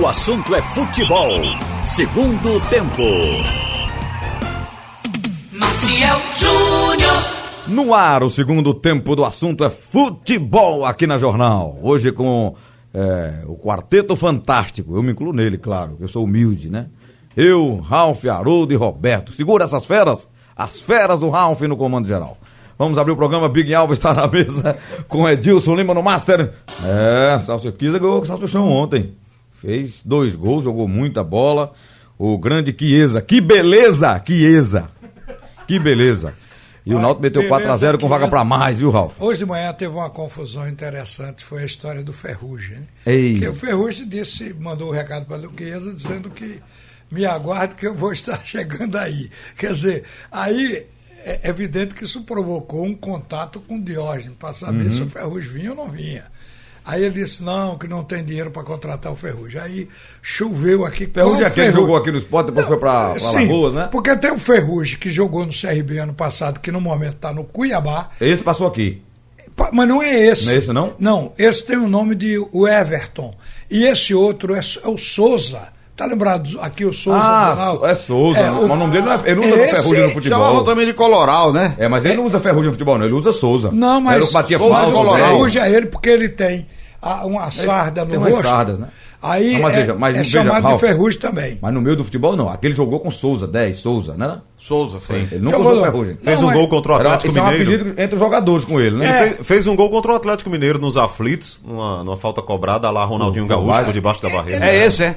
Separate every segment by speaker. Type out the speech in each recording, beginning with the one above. Speaker 1: O assunto é futebol. Segundo tempo.
Speaker 2: Maciel Júnior.
Speaker 3: No ar, o segundo tempo do assunto é futebol aqui na Jornal. Hoje com é, o Quarteto Fantástico. Eu me incluo nele, claro. Eu sou humilde, né? Eu, Ralf, Haroldo e Roberto. Segura essas feras. As feras do Ralf no comando geral. Vamos abrir o programa. Big Alves está na mesa com Edilson Lima no Master. É, Salso Kisa ganhou com o Salso Chão ontem. Fez dois gols, jogou muita bola. O grande Chiesa. Que beleza, Chiesa. Que beleza. E o
Speaker 4: Olha,
Speaker 3: Náutico meteu
Speaker 4: beleza, né?
Speaker 3: 4x0 com vaga
Speaker 4: Chiesa.
Speaker 3: para mais, viu, Ralf?
Speaker 4: Hoje de manhã teve uma confusão interessante, foi a história do Ferrugem. né?
Speaker 3: Ei.
Speaker 4: Porque o Ferrugem disse, mandou um recado para o Chiesa dizendo que me aguarde que eu vou estar chegando aí. Quer dizer, aí é evidente que isso provocou um contato com o Diógenes para saber
Speaker 3: Uhum.
Speaker 4: se o Ferrugem vinha ou não vinha. Aí ele disse, não, que não tem dinheiro para contratar o Ferrugem. Aí choveu aqui.
Speaker 3: Ferrugem
Speaker 4: Qual
Speaker 3: é aquele que
Speaker 4: Ferrugem?
Speaker 3: jogou aqui no Sport, depois foi para
Speaker 4: Sim,
Speaker 3: Lagoas, né?
Speaker 4: Porque tem o Ferrugem que jogou no CRB ano passado, que no momento está no Cuiabá.
Speaker 3: Esse passou aqui.
Speaker 4: Pa- Mas não é esse.
Speaker 3: Não é esse, não?
Speaker 4: Não, esse tem o nome de o Everton. E esse outro é, S- é o Souza. Tá lembrado aqui o Souza?
Speaker 3: Ah,
Speaker 4: do Náutico?
Speaker 3: é Souza. né? mas o nome dele não é. Ele não usa
Speaker 4: esse-
Speaker 3: ferrugem no
Speaker 5: Chamavam
Speaker 3: futebol.
Speaker 5: também de Coloral, né?
Speaker 3: É, mas ele não usa ferrugem no futebol, não. Ele usa Souza.
Speaker 4: Não, mas.
Speaker 3: Era o que batia
Speaker 5: Souza
Speaker 3: falta,
Speaker 4: o
Speaker 5: Colorado.
Speaker 3: velho. É,
Speaker 4: Ferrugem é ele porque ele tem a- uma sarda no
Speaker 3: tem umas
Speaker 4: rosto.
Speaker 3: sardas, né?
Speaker 4: Aí
Speaker 3: Não, mas
Speaker 4: é,
Speaker 3: veja, mas
Speaker 4: é
Speaker 3: veja,
Speaker 4: chamado
Speaker 3: Ralf.
Speaker 4: de Ferrugem também.
Speaker 3: Mas no meio do futebol, não. Aquele jogou com Souza, 10, Souza, né?
Speaker 5: Souza, foi.
Speaker 3: Ele nunca
Speaker 4: Jogou
Speaker 3: usou
Speaker 4: não.
Speaker 3: ferrugem.
Speaker 6: Fez
Speaker 4: Não,
Speaker 6: um
Speaker 4: é-
Speaker 6: gol contra o
Speaker 3: Era,
Speaker 6: Atlético
Speaker 3: esse é um
Speaker 6: Mineiro.
Speaker 3: apelido entre os jogadores com ele,
Speaker 6: Ele
Speaker 3: né?
Speaker 6: fez, fez um gol contra o Atlético Mineiro nos aflitos, numa, numa falta cobrada lá, Ronaldinho
Speaker 3: O
Speaker 6: Gaúcho,
Speaker 3: Vasco.
Speaker 6: por debaixo da barreira.
Speaker 5: É esse, é?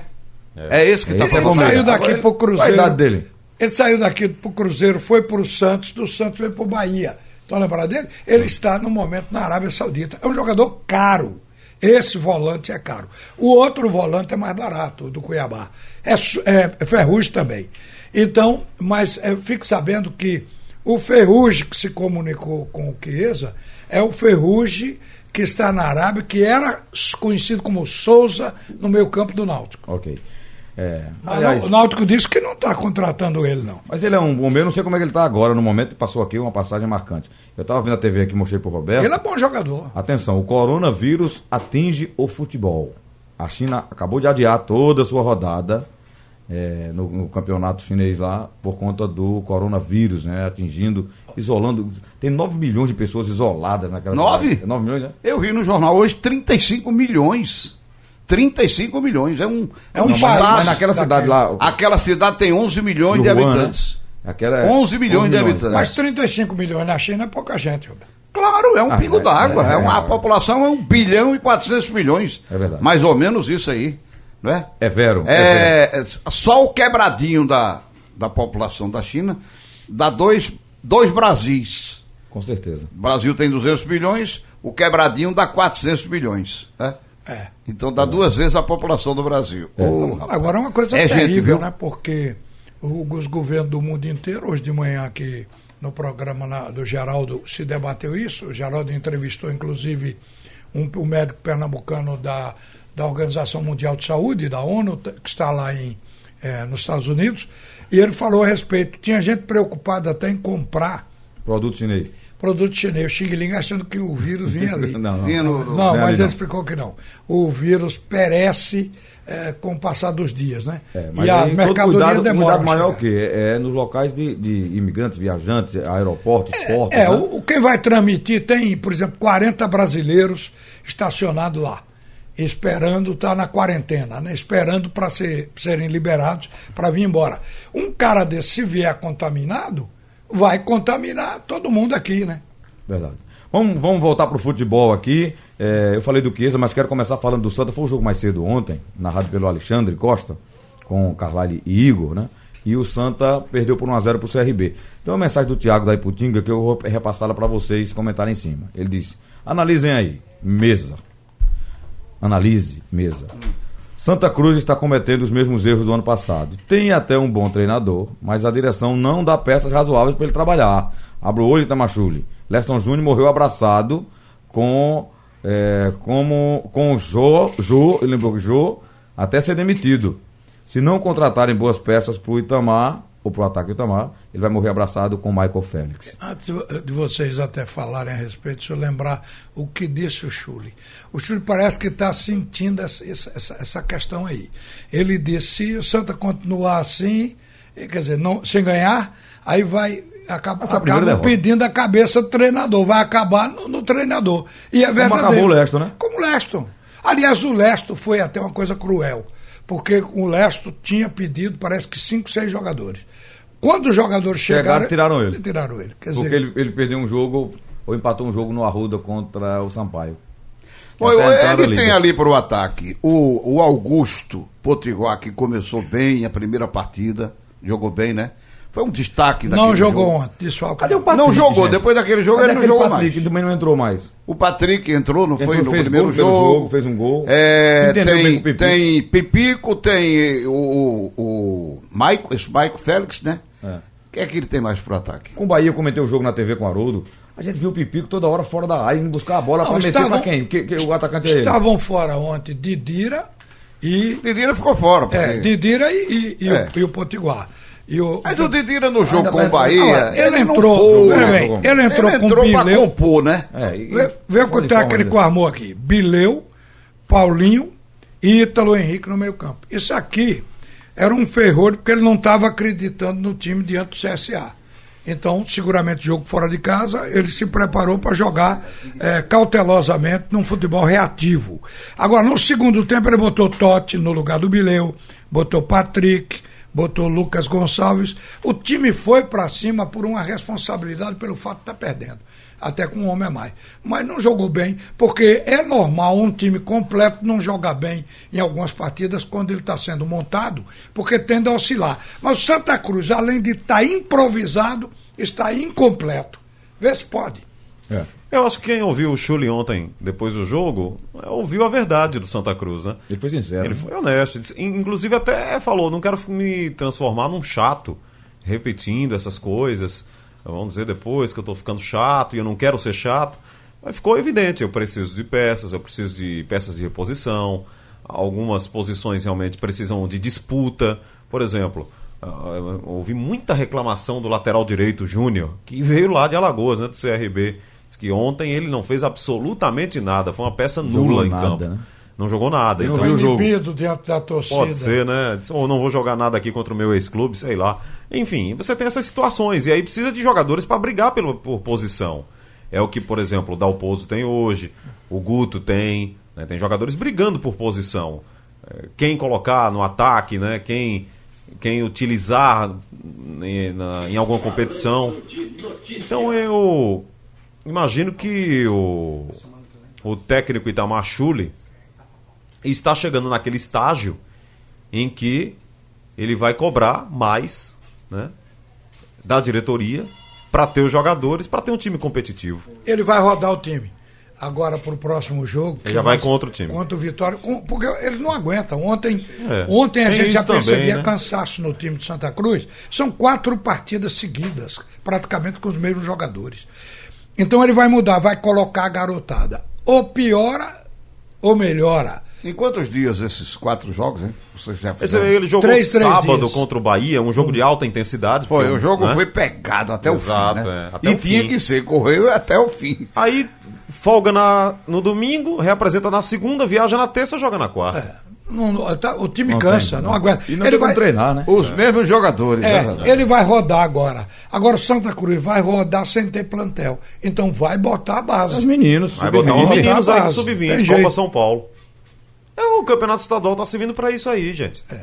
Speaker 5: É esse que tá
Speaker 3: Esse é
Speaker 4: Ele
Speaker 3: bom
Speaker 5: falando.
Speaker 3: mesmo.
Speaker 4: saiu daqui
Speaker 3: Agora,
Speaker 4: pro Cruzeiro.
Speaker 3: qual a idade dele?
Speaker 4: Ele saiu daqui pro Cruzeiro, foi pro Santos, do Santos veio pro Bahia. Tá Estão lembrados dele? Ele está no momento na Arábia Saudita. É um jogador caro. Esse volante é caro. O outro volante é mais barato, o do Cuiabá. É, su- é Ferrugem também. Então, mas é, fique sabendo que o Ferrugem que se comunicou com o Chiesa é o Ferrugem que está na Arábia, que era conhecido como Souza no meio campo do Náutico.
Speaker 3: Ok. É,
Speaker 4: Ah,
Speaker 3: aliás,
Speaker 4: não, o Náutico disse que não está contratando ele, não.
Speaker 3: mas ele é um bombeiro, não sei como é que ele tá agora, no momento que passou aqui uma passagem marcante. Eu tava vendo a TV aqui, mostrei pro Roberto.
Speaker 4: Ele é bom jogador.
Speaker 3: Atenção, o coronavírus atinge o futebol. A China acabou de adiar toda a sua rodada eh, no, no campeonato chinês lá por conta do coronavírus, né? Atingindo, isolando. Tem 9 milhões de pessoas isoladas naquela
Speaker 5: Nove?
Speaker 3: cidade. 9 milhões, né?
Speaker 5: Eu vi no jornal hoje 35 milhões. 35 milhões. É um, é um
Speaker 3: Não, mas,
Speaker 5: país.
Speaker 3: mas naquela cidade lá. o-
Speaker 5: Aquela cidade tem 11 milhões
Speaker 3: do
Speaker 5: de
Speaker 3: Wuhan,
Speaker 5: habitantes.
Speaker 3: né? Aquela é
Speaker 5: 11 milhões de habitantes.
Speaker 4: Mas
Speaker 3: né?
Speaker 4: 35 milhões na China é pouca gente, Roberto.
Speaker 5: Claro, é um
Speaker 3: Ah,
Speaker 5: pingo
Speaker 3: é,
Speaker 5: d'água.
Speaker 3: é,
Speaker 5: É, uma-
Speaker 3: é.
Speaker 5: a população é 1 bilhão e 400 milhões.
Speaker 3: É verdade.
Speaker 5: Mais ou menos isso aí. Não é?
Speaker 3: É vero. vero.
Speaker 5: É, é, só o quebradinho da, da população da China dá dois, dois Brasis.
Speaker 3: Com certeza.
Speaker 5: O Brasil tem 200 bilhões, o quebradinho dá 400 bilhões. Né?
Speaker 4: É.
Speaker 5: Então dá duas vezes a população do Brasil. Ô, rapaz.
Speaker 4: Agora é uma coisa
Speaker 5: É gente,
Speaker 4: terrível,
Speaker 5: viu?
Speaker 4: né? Porque o- os governos do mundo inteiro, hoje de manhã aqui no programa na- do Geraldo, se debateu isso. O Geraldo entrevistou, inclusive, um, um médico pernambucano da, da Organização Mundial de Saúde, da ONU, t- que está lá em, eh, nos Estados Unidos, e ele falou a respeito. Tinha gente preocupada até em comprar
Speaker 3: Produto chinês.
Speaker 4: produto chinês, xing-ling, achando que o vírus vinha ali.
Speaker 3: Não, não.
Speaker 5: Vinha no-
Speaker 4: Não,
Speaker 5: no-
Speaker 3: Não, é
Speaker 4: mas
Speaker 3: ali não.
Speaker 4: ele explicou que não. O vírus perece eh, com o passar dos dias, né?
Speaker 3: É, mas
Speaker 4: e a
Speaker 3: aí, todo
Speaker 4: mercadoria
Speaker 3: cuidado,
Speaker 4: demora.
Speaker 3: cuidado
Speaker 4: né? pra
Speaker 3: maior é o
Speaker 4: chegar.
Speaker 3: quê? É, é nos locais de, de imigrantes, viajantes, aeroportos, portos. né?
Speaker 4: É, o, o- quem vai transmitir tem, por exemplo, 40 brasileiros estacionados lá, esperando estar na quarentena, né? esperando para ser, serem liberados para vir embora. Um cara desse, se vier contaminado, vai contaminar todo mundo aqui, né?
Speaker 3: Verdade. Vamos, vamos voltar pro futebol aqui. É, eu falei do Chiesa, mas quero começar falando do Santa. Foi o jogo mais cedo ontem, narrado pelo Alexandre Costa, com Carlyle e Igor, né? E o Santa perdeu por 1x0 pro CRB. Tem uma mensagem do Thiago da Iputinga que eu vou repassá-la para vocês comentarem em cima. Ele disse: analisem aí, mesa. Analise, mesa. Santa Cruz está cometendo os mesmos erros do ano passado. Tem até um bom treinador, mas a direção não dá peças razoáveis para ele trabalhar. Abre o olho, Itamachule. Leston Júnior morreu abraçado com é, como com o Jô, Jô, ele lembrou que Jô, até ser demitido. Se não contratarem boas peças para o Itamar, ou para o ataque do Itamar, ele vai morrer abraçado com o Michael Félix.
Speaker 4: Antes de vocês até falarem a respeito, deixa eu lembrar o que disse o Chuli. O Chuli parece que está sentindo essa, essa, essa questão aí. Ele disse, se o Santa continuar assim, eh, quer dizer, não, sem ganhar, aí vai acaba,
Speaker 3: Essa é a primeira
Speaker 4: acaba
Speaker 3: derrota.
Speaker 4: pedindo a cabeça do treinador, vai acabar no, no treinador. E é verdadeiro.
Speaker 3: acabou o Leston, né?
Speaker 4: Como o Leston. Aliás, o Leston foi até uma coisa cruel, porque o Leston tinha pedido, parece que cinco, seis jogadores. Quando os jogadores
Speaker 3: Chegaram,
Speaker 4: chegaram,
Speaker 3: tiraram ele.
Speaker 4: Tiraram ele. Quer
Speaker 3: Porque
Speaker 4: dizer,
Speaker 3: ele, ele perdeu um jogo ou empatou um jogo no Arruda contra o Sampaio.
Speaker 5: Bom,
Speaker 3: Até
Speaker 4: tá
Speaker 3: a
Speaker 5: ele
Speaker 3: entrada ali.
Speaker 5: tem ali para o ataque o, o Augusto Potiguar, que começou bem a primeira partida, jogou bem, né? Foi um destaque daquele
Speaker 4: não jogou
Speaker 5: jogo.
Speaker 4: ontem, né? disse o
Speaker 3: Cadê o
Speaker 4: Alcântara.
Speaker 3: Patrick,
Speaker 5: Não jogou,
Speaker 3: gente?
Speaker 5: depois daquele jogo
Speaker 3: Cadê
Speaker 5: ele não
Speaker 3: aquele
Speaker 5: jogou
Speaker 3: Patrick?
Speaker 5: mais.
Speaker 3: Ele também não entrou mais.
Speaker 5: O Patrick entrou, não foi
Speaker 3: Entrou,
Speaker 5: no
Speaker 3: fez
Speaker 5: primeiro
Speaker 3: gol pelo
Speaker 5: jogo.
Speaker 3: jogo, fez um gol. Se
Speaker 5: É,
Speaker 3: entendeu bem
Speaker 5: tem,
Speaker 3: com o Pipico.
Speaker 5: tem Pipico, tem o, o, o Maico, esse Maico Félix, né?
Speaker 3: É.
Speaker 5: O que é que ele tem mais pro ataque?
Speaker 3: Com o Bahia, eu comentei o jogo na TV com o Haroldo. A gente viu o Pipico toda hora fora da área, indo buscar a bola
Speaker 4: Não,
Speaker 3: pra meter
Speaker 4: estavam-
Speaker 3: pra quem? Que, que o atacante é ele.
Speaker 4: Estavam fora ontem Didira e.
Speaker 5: Didira ficou fora. Porque...
Speaker 4: É, Didira e, e- e
Speaker 5: É.
Speaker 4: o, e o Potiguar. E o,
Speaker 5: Mas o Didira no jogo
Speaker 3: Ainda
Speaker 5: com
Speaker 3: bem-
Speaker 5: o Bahia.
Speaker 4: Olha, ele,
Speaker 5: não
Speaker 4: entrou,
Speaker 5: foi.
Speaker 4: veja bem,
Speaker 3: jogou.
Speaker 4: ele entrou.
Speaker 5: Ele
Speaker 4: com
Speaker 5: entrou pra
Speaker 4: Bileu.
Speaker 5: compor, né?
Speaker 3: É, e-
Speaker 4: Vê, vê o que
Speaker 3: fora de forma
Speaker 4: o técnico
Speaker 3: ainda.
Speaker 4: armou aqui. Bileu, Paulinho e Ítalo Henrique no meio campo. Isso aqui era um ferrolho porque ele não estava acreditando no time diante do CSA. Então, seguramente, jogo fora de casa, ele se preparou para jogar eh, cautelosamente num futebol reativo. Agora, no segundo tempo, ele botou Totti no lugar do Bileu, botou Patrick, botou Lucas Gonçalves. O time foi para cima por uma responsabilidade pelo fato de estar perdendo. Até com um homem a mais. Mas não jogou bem, porque é normal um time completo não jogar bem em algumas partidas quando ele está sendo montado, porque tende a oscilar. Mas o Santa Cruz, além de estar improvisado, está incompleto. Vê se pode.
Speaker 3: É.
Speaker 6: Eu acho que quem ouviu o Chuli ontem, depois do jogo, é, ouviu a verdade do Santa Cruz, né?
Speaker 3: Ele foi sincero.
Speaker 6: Ele
Speaker 3: né?
Speaker 6: foi honesto. Disse- in- Inclusive até falou, não quero me transformar num chato, repetindo essas coisas. Vamos dizer depois que eu tô ficando chato e eu não quero ser chato. Mas ficou evidente, eu preciso de peças, eu preciso de peças de reposição. Algumas posições realmente precisam de disputa. Por exemplo, ah, eu ouvi muita reclamação do lateral direito Júnior, que veio lá de Alagoas, né, do CRB. Diz que ontem ele não fez absolutamente nada, foi uma peça
Speaker 3: Jogou
Speaker 6: nula em
Speaker 3: nada,
Speaker 6: campo.
Speaker 3: né?
Speaker 6: Não jogou nada.
Speaker 3: Você não
Speaker 6: então,
Speaker 3: viu o jogo?
Speaker 4: Tá Inibido diante da torcida.
Speaker 6: Pode ser, né? Ou não vou jogar nada aqui contra o meu ex-clube, sei lá. Enfim, você tem essas situações. E aí precisa de jogadores para brigar pelo, por posição. É o que, por exemplo, o Dalpozo tem hoje, o Guto tem. né? Tem jogadores brigando por posição. Eh, Quem colocar no ataque, né? Quem, quem utilizar em, na- em alguma competição. Então eu imagino que o, o técnico Itamar Chuli está chegando naquele estágio em que ele vai cobrar mais né, da diretoria para ter os jogadores, para ter um time competitivo.
Speaker 4: Ele vai rodar o time. Agora para o próximo jogo.
Speaker 6: Ele já vai contra o time.
Speaker 4: Contra o Vitória. com- porque ele não aguenta. Ontem,
Speaker 6: É.
Speaker 4: ontem a
Speaker 6: Tem
Speaker 4: gente já
Speaker 6: isso também,
Speaker 4: percebia
Speaker 6: né?
Speaker 4: cansaço no time de Santa Cruz. São quatro partidas seguidas, praticamente com os mesmos jogadores. Então ele vai mudar, vai colocar a garotada. Ou piora ou melhora.
Speaker 5: Em quantos dias esses quatro jogos, hein? Vocês já
Speaker 6: Quer dizer,
Speaker 5: fizeram?
Speaker 6: Ele jogou
Speaker 4: É. Três, três
Speaker 6: sábado
Speaker 4: dias.
Speaker 6: contra o Bahia, um jogo de alta intensidade.
Speaker 5: Foi,
Speaker 6: porque,
Speaker 5: o jogo
Speaker 6: né?
Speaker 5: foi pegado até o
Speaker 6: Exato,
Speaker 5: fim. Né?
Speaker 6: é, até
Speaker 5: e
Speaker 6: o
Speaker 5: tinha
Speaker 6: fim.
Speaker 5: que ser, correu até o fim.
Speaker 6: Aí folga na, no domingo, reapresenta na segunda, viaja na terça, joga na
Speaker 4: É,
Speaker 6: quarta.
Speaker 4: Não- não- tá- o time
Speaker 3: Não
Speaker 4: cansa,
Speaker 3: tem, né?
Speaker 4: não aguenta.
Speaker 3: E não ele vai treinar, né?
Speaker 5: Os
Speaker 6: É.
Speaker 5: mesmos jogadores. né?
Speaker 4: É, ele vai rodar agora. Agora o Santa Cruz vai rodar sem ter plantel. Então vai botar a
Speaker 3: Os
Speaker 4: base.
Speaker 3: meninos.
Speaker 6: Vai botar
Speaker 4: Botar
Speaker 6: um
Speaker 3: sub-vinte.
Speaker 4: menino.
Speaker 6: meninos aí do
Speaker 4: Tá base, tem
Speaker 6: sub-20, Copa
Speaker 4: jeito.
Speaker 6: São Paulo. É, o campeonato estadual tá servindo para isso aí, gente.
Speaker 5: É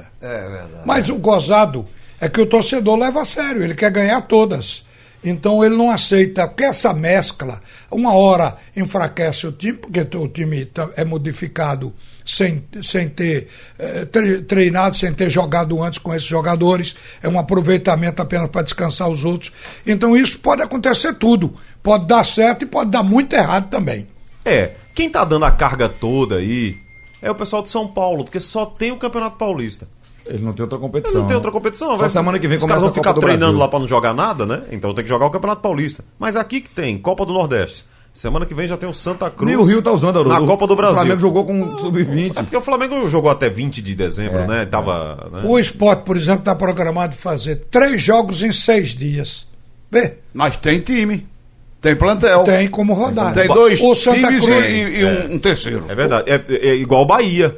Speaker 5: verdade.
Speaker 4: Mas o gozado é que o torcedor leva a sério, ele quer ganhar todas. Então ele não aceita, porque essa mescla, uma hora enfraquece o time, porque o time tá- é modificado sem, sem ter eh, tre- treinado, sem ter jogado antes com esses jogadores, é um aproveitamento apenas para descansar os outros. Então isso pode acontecer tudo. Pode dar certo e pode dar muito errado também.
Speaker 6: É, quem tá dando a carga toda aí é o pessoal de São Paulo, porque só tem o Campeonato Paulista.
Speaker 3: Ele não tem outra
Speaker 6: Ele
Speaker 3: competição.
Speaker 6: não tem
Speaker 3: né?
Speaker 6: outra competição.
Speaker 3: Só
Speaker 6: vai-
Speaker 3: semana que vem
Speaker 6: Os caras
Speaker 3: começa
Speaker 6: vão
Speaker 3: a Copa
Speaker 6: ficar
Speaker 3: do
Speaker 6: treinando
Speaker 3: Brasil.
Speaker 6: lá pra não jogar nada, né? Então tem que jogar o Campeonato Paulista. Mas aqui que tem Copa do Nordeste, Semana que vem já tem o Santa Cruz.
Speaker 3: E o Rio tá usando Haroldo.
Speaker 6: Na Copa do Brasil.
Speaker 3: O Flamengo jogou com o sub-20.
Speaker 6: É porque o Flamengo jogou até 20 de dezembro,
Speaker 3: É,
Speaker 6: né? Tava. né?
Speaker 4: O esporte, por exemplo, está programado fazer três jogos em seis dias. Vê,
Speaker 5: Nós tem time, tem plantel.
Speaker 4: tem como rodar.
Speaker 5: Tem dois
Speaker 4: o Santa
Speaker 5: times
Speaker 4: Cruz.
Speaker 5: e, e um, um terceiro.
Speaker 6: É verdade. É, é igual o Bahia.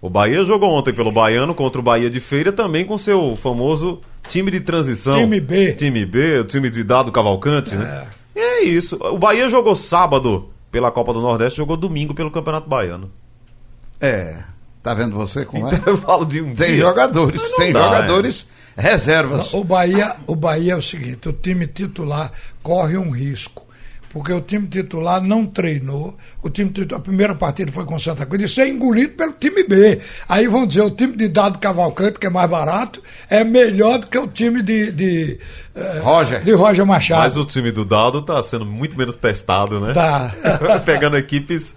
Speaker 6: O Bahia jogou ontem pelo Baiano contra o Bahia de Feira, também com seu famoso time de transição.
Speaker 4: Time B.
Speaker 6: Time B, o time de Dado Cavalcante, né? E é isso. O Bahia jogou sábado pela Copa do Nordeste, jogou domingo pelo Campeonato Baiano.
Speaker 5: É. Tá vendo você como é?
Speaker 6: Então eu falo de um
Speaker 5: Tem
Speaker 6: dia.
Speaker 5: jogadores,
Speaker 6: Mas não
Speaker 5: tem
Speaker 6: dá,
Speaker 5: jogadores reservas.
Speaker 4: O Bahia, o Bahia é o seguinte, o time titular corre um risco, porque o time titular não treinou, o time titular, a primeira partida foi com o Santa Cruz, isso é engolido pelo time B. Aí vão dizer, o time de Dado Cavalcante, que é mais barato, é melhor do que o time de, de, eh,
Speaker 5: Roger.
Speaker 4: de Roger Machado.
Speaker 6: é. Mas o time do Dado tá sendo muito menos testado, né?
Speaker 4: Tá.
Speaker 6: Pegando equipes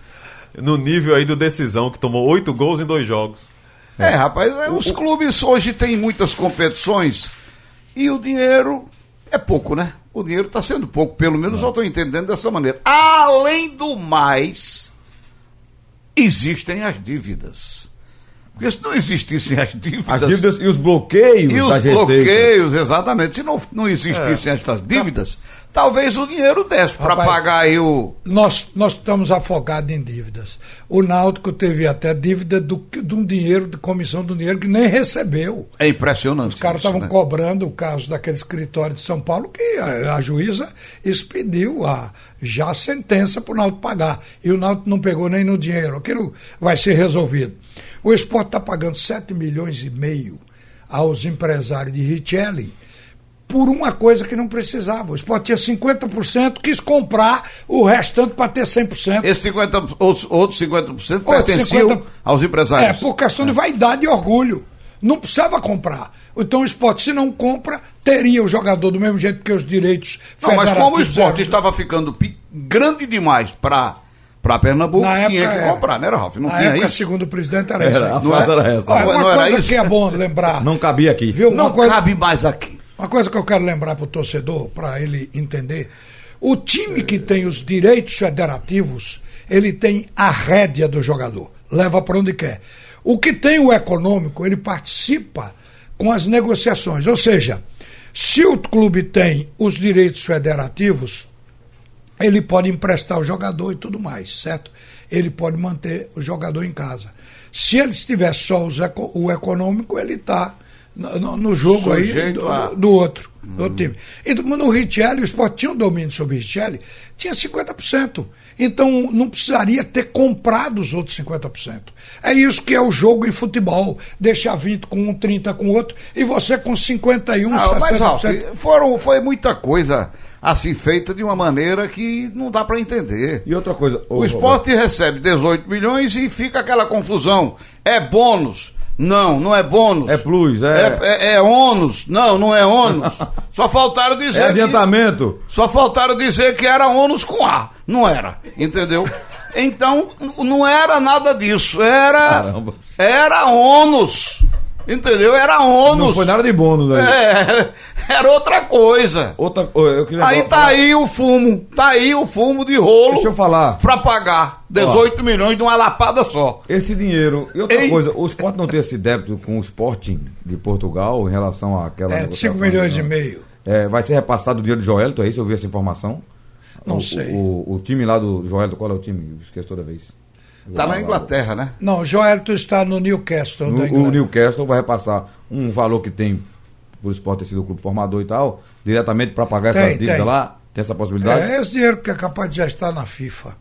Speaker 6: no nível aí do decisão, que tomou oito gols em dois jogos.
Speaker 5: É, rapaz, é, os clubes hoje têm muitas competições e o dinheiro é pouco, né? O dinheiro está sendo pouco, pelo menos eu estou entendendo dessa maneira. Além do mais, existem as dívidas. Porque se não existissem as dívidas.
Speaker 3: As dívidas e os bloqueios
Speaker 5: E os
Speaker 3: das receitas.
Speaker 5: bloqueios, exatamente. Se não, não existissem estas dívidas, talvez o dinheiro desse para
Speaker 4: É. Rapaz,
Speaker 5: pagar aí o.
Speaker 4: nós, nós estamos afogados em dívidas. O Náutico teve até dívida do, de um dinheiro, de comissão do dinheiro, que nem recebeu.
Speaker 5: É impressionante.
Speaker 4: Os caras
Speaker 5: isso,
Speaker 4: estavam
Speaker 5: né?
Speaker 4: cobrando o caso daquele escritório de São Paulo que a, a juíza expediu a, já a sentença para o Náutico pagar. E o Náutico não pegou nem no dinheiro. Aquilo vai ser resolvido. O esporte está pagando 7 milhões e meio aos empresários de Richelli por uma coisa que não precisava. O esporte tinha 50%, quis comprar o restante para ter 100%.
Speaker 5: Esses 50, outros, outros 50%
Speaker 4: Outros
Speaker 5: pertenciam
Speaker 4: 50
Speaker 5: aos
Speaker 4: É,
Speaker 5: empresários.
Speaker 4: por questão de vaidade e orgulho. Não precisava comprar. Então o esporte, se não compra, teria o jogador do mesmo jeito que os direitos
Speaker 5: Não, mas como o
Speaker 4: federativos
Speaker 5: esporte
Speaker 4: eram-
Speaker 5: estava ficando pi- grande demais para Pernambuco,
Speaker 4: Na
Speaker 5: tinha
Speaker 4: época
Speaker 5: que
Speaker 4: era.
Speaker 5: comprar, né, Ralf? Não
Speaker 4: Na
Speaker 5: tinha
Speaker 4: época,
Speaker 5: isso.
Speaker 4: segundo o presidente, era, isso.
Speaker 3: Era, a
Speaker 4: aí.
Speaker 5: Não
Speaker 3: frase
Speaker 5: é?
Speaker 3: era essa.
Speaker 4: Olha,
Speaker 5: Não
Speaker 4: uma
Speaker 5: era
Speaker 4: coisa
Speaker 5: isso?
Speaker 4: que é bom lembrar.
Speaker 3: Não cabia aqui.
Speaker 4: viu?
Speaker 5: Não
Speaker 4: Uma coisa,
Speaker 5: cabe mais aqui.
Speaker 4: uma coisa que eu quero lembrar para o torcedor, para ele entender. O time que tem os direitos federativos, ele tem a rédea do jogador. Leva para onde quer. O que tem o econômico, ele participa com as negociações. Ou seja, se o clube tem os direitos federativos, ele pode emprestar o jogador e tudo mais, certo? Ele pode manter o jogador em casa. Se ele estiver só os eco- o econômico, ele está no, no jogo aí
Speaker 5: Sujeito
Speaker 4: do,
Speaker 5: a-
Speaker 4: do outro, do outro time. E do- no Richelli, o esporte tinha um domínio sobre o Richelli, tinha 50%. Então não precisaria ter comprado os outros 50%. É isso que é o jogo em futebol. Deixar 20 com um, 30 com outro, e você com 51,
Speaker 5: Ah, mas, Ralf,
Speaker 4: 60%.
Speaker 5: foram, foi muita coisa assim feita de uma maneira que não dá para entender.
Speaker 3: E outra coisa. ô,
Speaker 5: O esporte recebe 18 milhões e fica aquela confusão. É bônus. Não, não é bônus.
Speaker 3: É plus, é-
Speaker 5: É, é ônus. Não, não é ônus. Só faltaram
Speaker 3: É
Speaker 5: dizer que
Speaker 3: adiantamento.
Speaker 5: Só faltaram dizer que era ônus com A. Não era, entendeu? Então, n- não era nada disso. Era.
Speaker 3: Caramba.
Speaker 5: Era ônus. Entendeu? Era ônus.
Speaker 3: Não foi nada de bônus aí.
Speaker 5: É, era outra coisa.
Speaker 3: Outra, ô, eu queria
Speaker 5: Aí tá aí o fumo. Tá aí o fumo de rolo.
Speaker 3: Deixa eu falar.
Speaker 5: Pra pagar 18 milhões de uma lapada só.
Speaker 3: Esse dinheiro. E outra
Speaker 5: Ei.
Speaker 3: coisa, o esporte não tem esse débito com o Sporting de Portugal em relação àquela.
Speaker 4: É, de 5
Speaker 3: negociação
Speaker 5: um
Speaker 4: milhões
Speaker 3: de-
Speaker 4: e meio.
Speaker 3: É, vai ser repassado o dinheiro de Joelito, é isso? Eu vi essa informação.
Speaker 4: Não
Speaker 3: O-
Speaker 4: sei.
Speaker 3: O, o time lá do Joelito, qual é o time? Eu esqueço toda vez.
Speaker 5: Tá na Inglaterra, né?
Speaker 4: Não, o Joelito está no Newcastle
Speaker 3: No-
Speaker 4: da
Speaker 3: o
Speaker 4: tá Inglaterra.
Speaker 3: Newcastle vai repassar um valor que tem por esporte ter sido o clube formador e tal, diretamente para pagar
Speaker 4: Tem,
Speaker 3: essas dívidas
Speaker 4: tem.
Speaker 3: lá. Tem essa possibilidade?
Speaker 4: É, é esse dinheiro que é capaz de já estar na FIFA.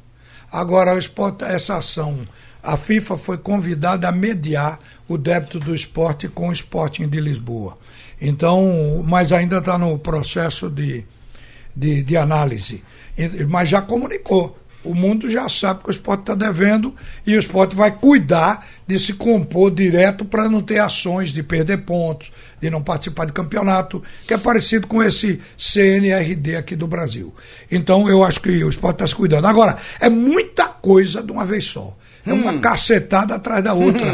Speaker 4: Agora, o esporte, essa ação, a FIFA foi convidada a mediar o débito do esporte com o Sporting de Lisboa. Então, mas ainda está no processo de, de, de análise. E- Mas já comunicou. O mundo já sabe que o esporte está devendo e o esporte vai cuidar de se compor direto para não ter ações de perder pontos, de não participar de campeonato, que é parecido com esse CNRD aqui do tá Brasil. Então eu acho que o esporte está se cuidando. Agora, é muita coisa de uma vez só. É uma cacetada atrás da outra.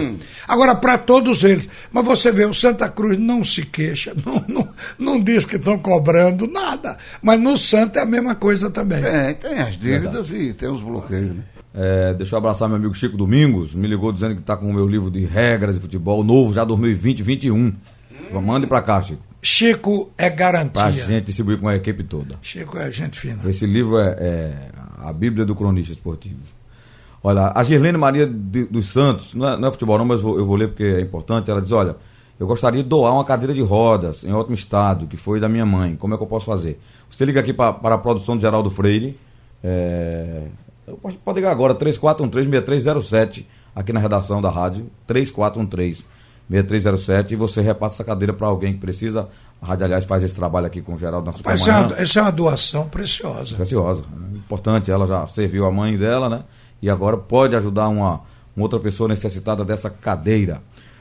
Speaker 4: Agora, para todos eles. Mas você vê, o Santa Cruz não se queixa, não, não, não diz que estão cobrando nada. Mas no Santa é a mesma coisa também.
Speaker 5: É, tem as dívidas e tem os bloqueios, né?
Speaker 3: É, deixa eu abraçar meu amigo Chico Domingos, me ligou dizendo que está com o meu livro de regras de futebol novo, já 2020-21. Mande pra cá, Chico,
Speaker 4: Chico é
Speaker 3: pra
Speaker 4: garantia.
Speaker 3: gente distribuir com a equipe toda.
Speaker 4: Chico é gente fina.
Speaker 3: Esse livro é, é a Bíblia do Cronista Esportivo. Olha, a Girlene Maria de- dos Santos, não é, não é futebol não, mas vou- eu vou ler porque é importante. Ela diz: Olha, eu gostaria de doar uma cadeira de rodas em ótimo estado, que foi da minha mãe. Como é que eu posso fazer? Você liga aqui pa- para a produção de Geraldo Freire. é, eu posso- pode ligar agora, 3413-6307, aqui na redação da rádio, 3413-6307, e você repassa essa cadeira para alguém que precisa. A rádio, aliás, faz esse trabalho aqui com o Geraldo na
Speaker 4: Mas isso é, uma, isso é uma doação preciosa.
Speaker 3: preciosa. né? Importante, ela já serviu a mãe dela, né? E agora pode ajudar uma, uma outra pessoa necessitada dessa cadeira.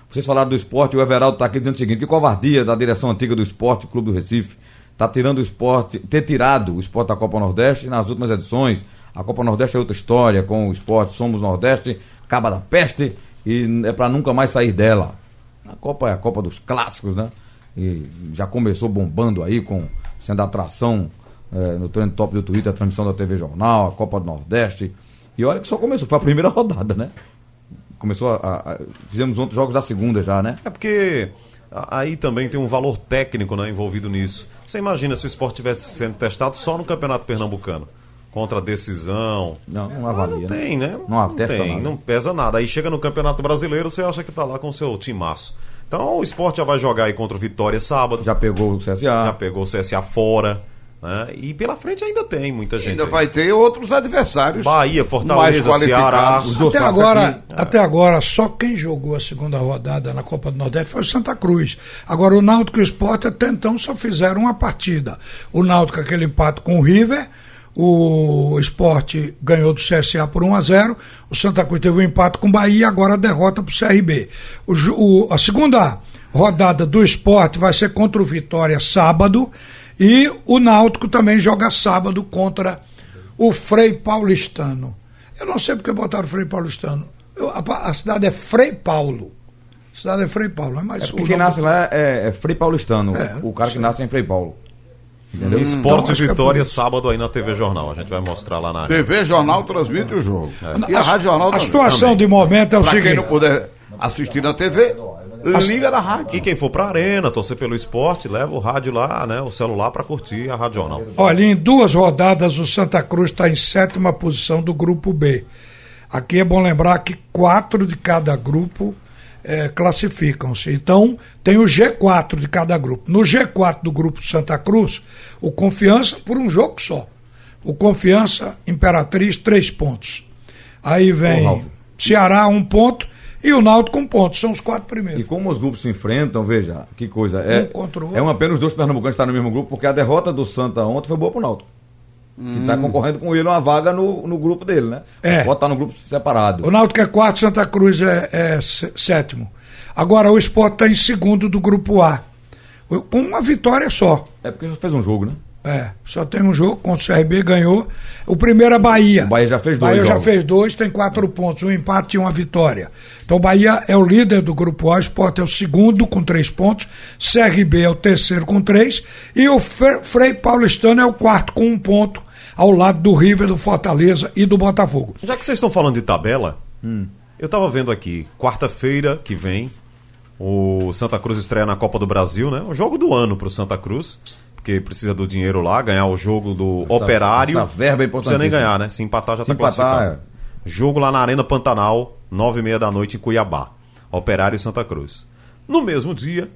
Speaker 3: Vocês falaram do esporte, o Everaldo está aqui dizendo o seguinte: que covardia da direção antiga do esporte, Clube do Recife, está tirando o esporte, ter tirado o esporte da Copa Nordeste nas últimas edições. A Copa Nordeste é outra história com o esporte, somos Nordeste, acaba da peste e é para nunca mais sair dela. A Copa é a Copa dos Clássicos, né? E já começou bombando aí, com sendo atração eh, no trend top do Twitter, a transmissão da TV Jornal, a Copa do Nordeste. E olha que só começou, foi a primeira rodada, né? Começou a. a- a- fizemos ontem jogos da segunda já, né?
Speaker 6: É porque a- aí também tem um valor técnico né, envolvido nisso. Você imagina se o esporte tivesse sendo testado só no Campeonato Pernambucano. Contra a decisão.
Speaker 3: Não, não
Speaker 6: Ah,
Speaker 3: avalia.
Speaker 6: não
Speaker 3: né?
Speaker 6: tem, né?
Speaker 3: Não atesta
Speaker 6: tem,
Speaker 3: nada.
Speaker 6: não pesa nada. Aí chega no Campeonato Brasileiro, você acha que tá lá com o seu timaço. Então o esporte já vai jogar aí contra o Vitória sábado.
Speaker 3: Já pegou o CSA.
Speaker 6: já pegou o CSA fora. Né? E pela frente ainda tem muita gente.
Speaker 5: Ainda
Speaker 6: aí.
Speaker 5: vai ter outros adversários.
Speaker 6: Bahia,
Speaker 5: Mais
Speaker 6: Fortaleza, Ceará.
Speaker 5: qualificados.
Speaker 3: Os dois
Speaker 4: Até
Speaker 3: clássicos
Speaker 4: agora,
Speaker 3: aqui.
Speaker 4: até agora, só quem jogou a segunda rodada na Copa do Nordeste foi o Santa Cruz. Agora, o Náutico e o Sport até então só fizeram uma partida. O Náutico, aquele empate com o River, o Sport ganhou do CSA por 1 a 0 o Santa Cruz teve um empate com o Bahia, agora a derrota para o CRB. O ju- o- a segunda rodada do Sport vai ser contra o Vitória sábado e o Náutico também joga sábado contra o Frei Paulistano. Eu não sei porque botaram Frei Paulistano. Eu- a, pa- a cidade é Frei Paulo. A cidade é Frei Paulo, é mais
Speaker 3: É porque quem nasce lá é, é Frei Paulistano.
Speaker 4: É,
Speaker 3: o cara que nasce é em Frei Paulo. Entendeu?
Speaker 6: Esporte
Speaker 4: Então, acho que é
Speaker 6: Vitória
Speaker 4: por
Speaker 6: sábado aí na TV Jornal. A gente vai mostrar lá na.
Speaker 5: TV Jornal transmite o jogo. E a, Rádio Jornal
Speaker 4: A
Speaker 5: também.
Speaker 4: situação de momento é o
Speaker 5: Pra quem
Speaker 4: seguinte.
Speaker 5: não puder assistir na TV, liga na rádio.
Speaker 6: E quem for pra arena, torcer pelo esporte, leva o rádio lá, né? O celular pra curtir a Rádio Jornal.
Speaker 4: Olha, em duas rodadas o Santa Cruz está em sétima posição do grupo B. Aqui é bom lembrar que quatro de cada grupo eh, classificam-se. Então, tem o G4 de cada grupo. No G4 do grupo Santa Cruz, o Confiança por um jogo só. O Confiança, Imperatriz, três pontos. Aí vem
Speaker 3: Ô, Ralf.
Speaker 4: Ceará, um ponto, e o Náutico, um ponto. São os quatro
Speaker 3: E
Speaker 4: primeiros.
Speaker 3: como os grupos se enfrentam, veja, que coisa. É,
Speaker 4: Um contra o outro.
Speaker 3: é uma pena os dois pernambucanos estarem no mesmo grupo, porque a derrota do Santa ontem foi boa pro Náutico. Que está concorrendo com ele uma vaga no, no grupo dele, né?
Speaker 4: Hum. É.
Speaker 3: Pode estar no grupo separado.
Speaker 4: O Náutico é quarto, Santa Cruz é, é sé- sétimo. Agora o Sport está em segundo do grupo A. O- Com uma vitória só.
Speaker 3: É porque já fez um jogo, né?
Speaker 4: É, só tem um jogo contra o CRB, ganhou. O primeiro é Bahia.
Speaker 3: O Bahia já fez dois
Speaker 4: Bahia já
Speaker 3: jogos.
Speaker 4: fez dois, tem quatro pontos, um empate e uma vitória. Então o Bahia é o líder do grupo A, o Sport é o segundo com três pontos, CRB é o terceiro com três e o Fre- Frei Paulistano é o quarto com um ponto, ao lado do River, do Fortaleza e do Botafogo.
Speaker 6: Já que vocês estão falando de tabela, eu tava vendo aqui, quarta-feira que vem, o Santa Cruz estreia na Copa do Brasil, né? O jogo do ano pro Santa Cruz, porque precisa do dinheiro lá, ganhar o jogo do
Speaker 3: Essa-
Speaker 6: Operário.
Speaker 3: essa verba é
Speaker 6: Não precisa nem
Speaker 3: importantíssima.
Speaker 6: ganhar, né? Se empatar já
Speaker 3: Se
Speaker 6: tá
Speaker 3: empatar, é.
Speaker 6: classificado. Jogo lá na Arena Pantanal, nove e meia da noite em Cuiabá. Operário e Santa Cruz. No mesmo dia,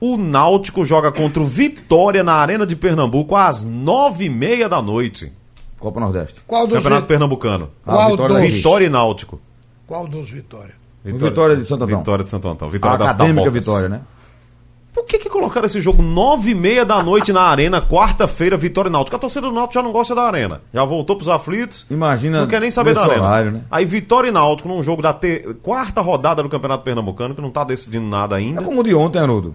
Speaker 6: o Náutico joga contra o Vitória na Arena de Pernambuco às nove e meia da noite.
Speaker 3: Copa Nordeste.
Speaker 4: Qual dos,
Speaker 6: Campeonato
Speaker 4: vi-
Speaker 6: Pernambucano.
Speaker 4: Qual
Speaker 3: Vitória,
Speaker 4: dois?
Speaker 3: Rio.
Speaker 6: Vitória e Náutico.
Speaker 4: qual dos vitória?
Speaker 3: Vitória de Santo Antão.
Speaker 6: Vitória de Santo Antão.
Speaker 3: A
Speaker 6: Vitória das
Speaker 3: acadêmica
Speaker 6: Tabocas.
Speaker 3: vitória, né?
Speaker 6: Por que, que colocaram esse jogo nove e meia da noite na arena, quarta-feira, Vitória e Náutico? A torcida do Náutico já não gosta da arena. Já voltou pros aflitos.
Speaker 3: Imagina
Speaker 6: Não quer nem saber
Speaker 3: nesse
Speaker 6: da arena.
Speaker 3: horário, né?
Speaker 6: Aí Vitória e Náutico num jogo da te- quarta rodada do Campeonato Pernambucano, que não tá decidindo nada
Speaker 3: É
Speaker 6: ainda.
Speaker 3: como o de ontem, Haroldo.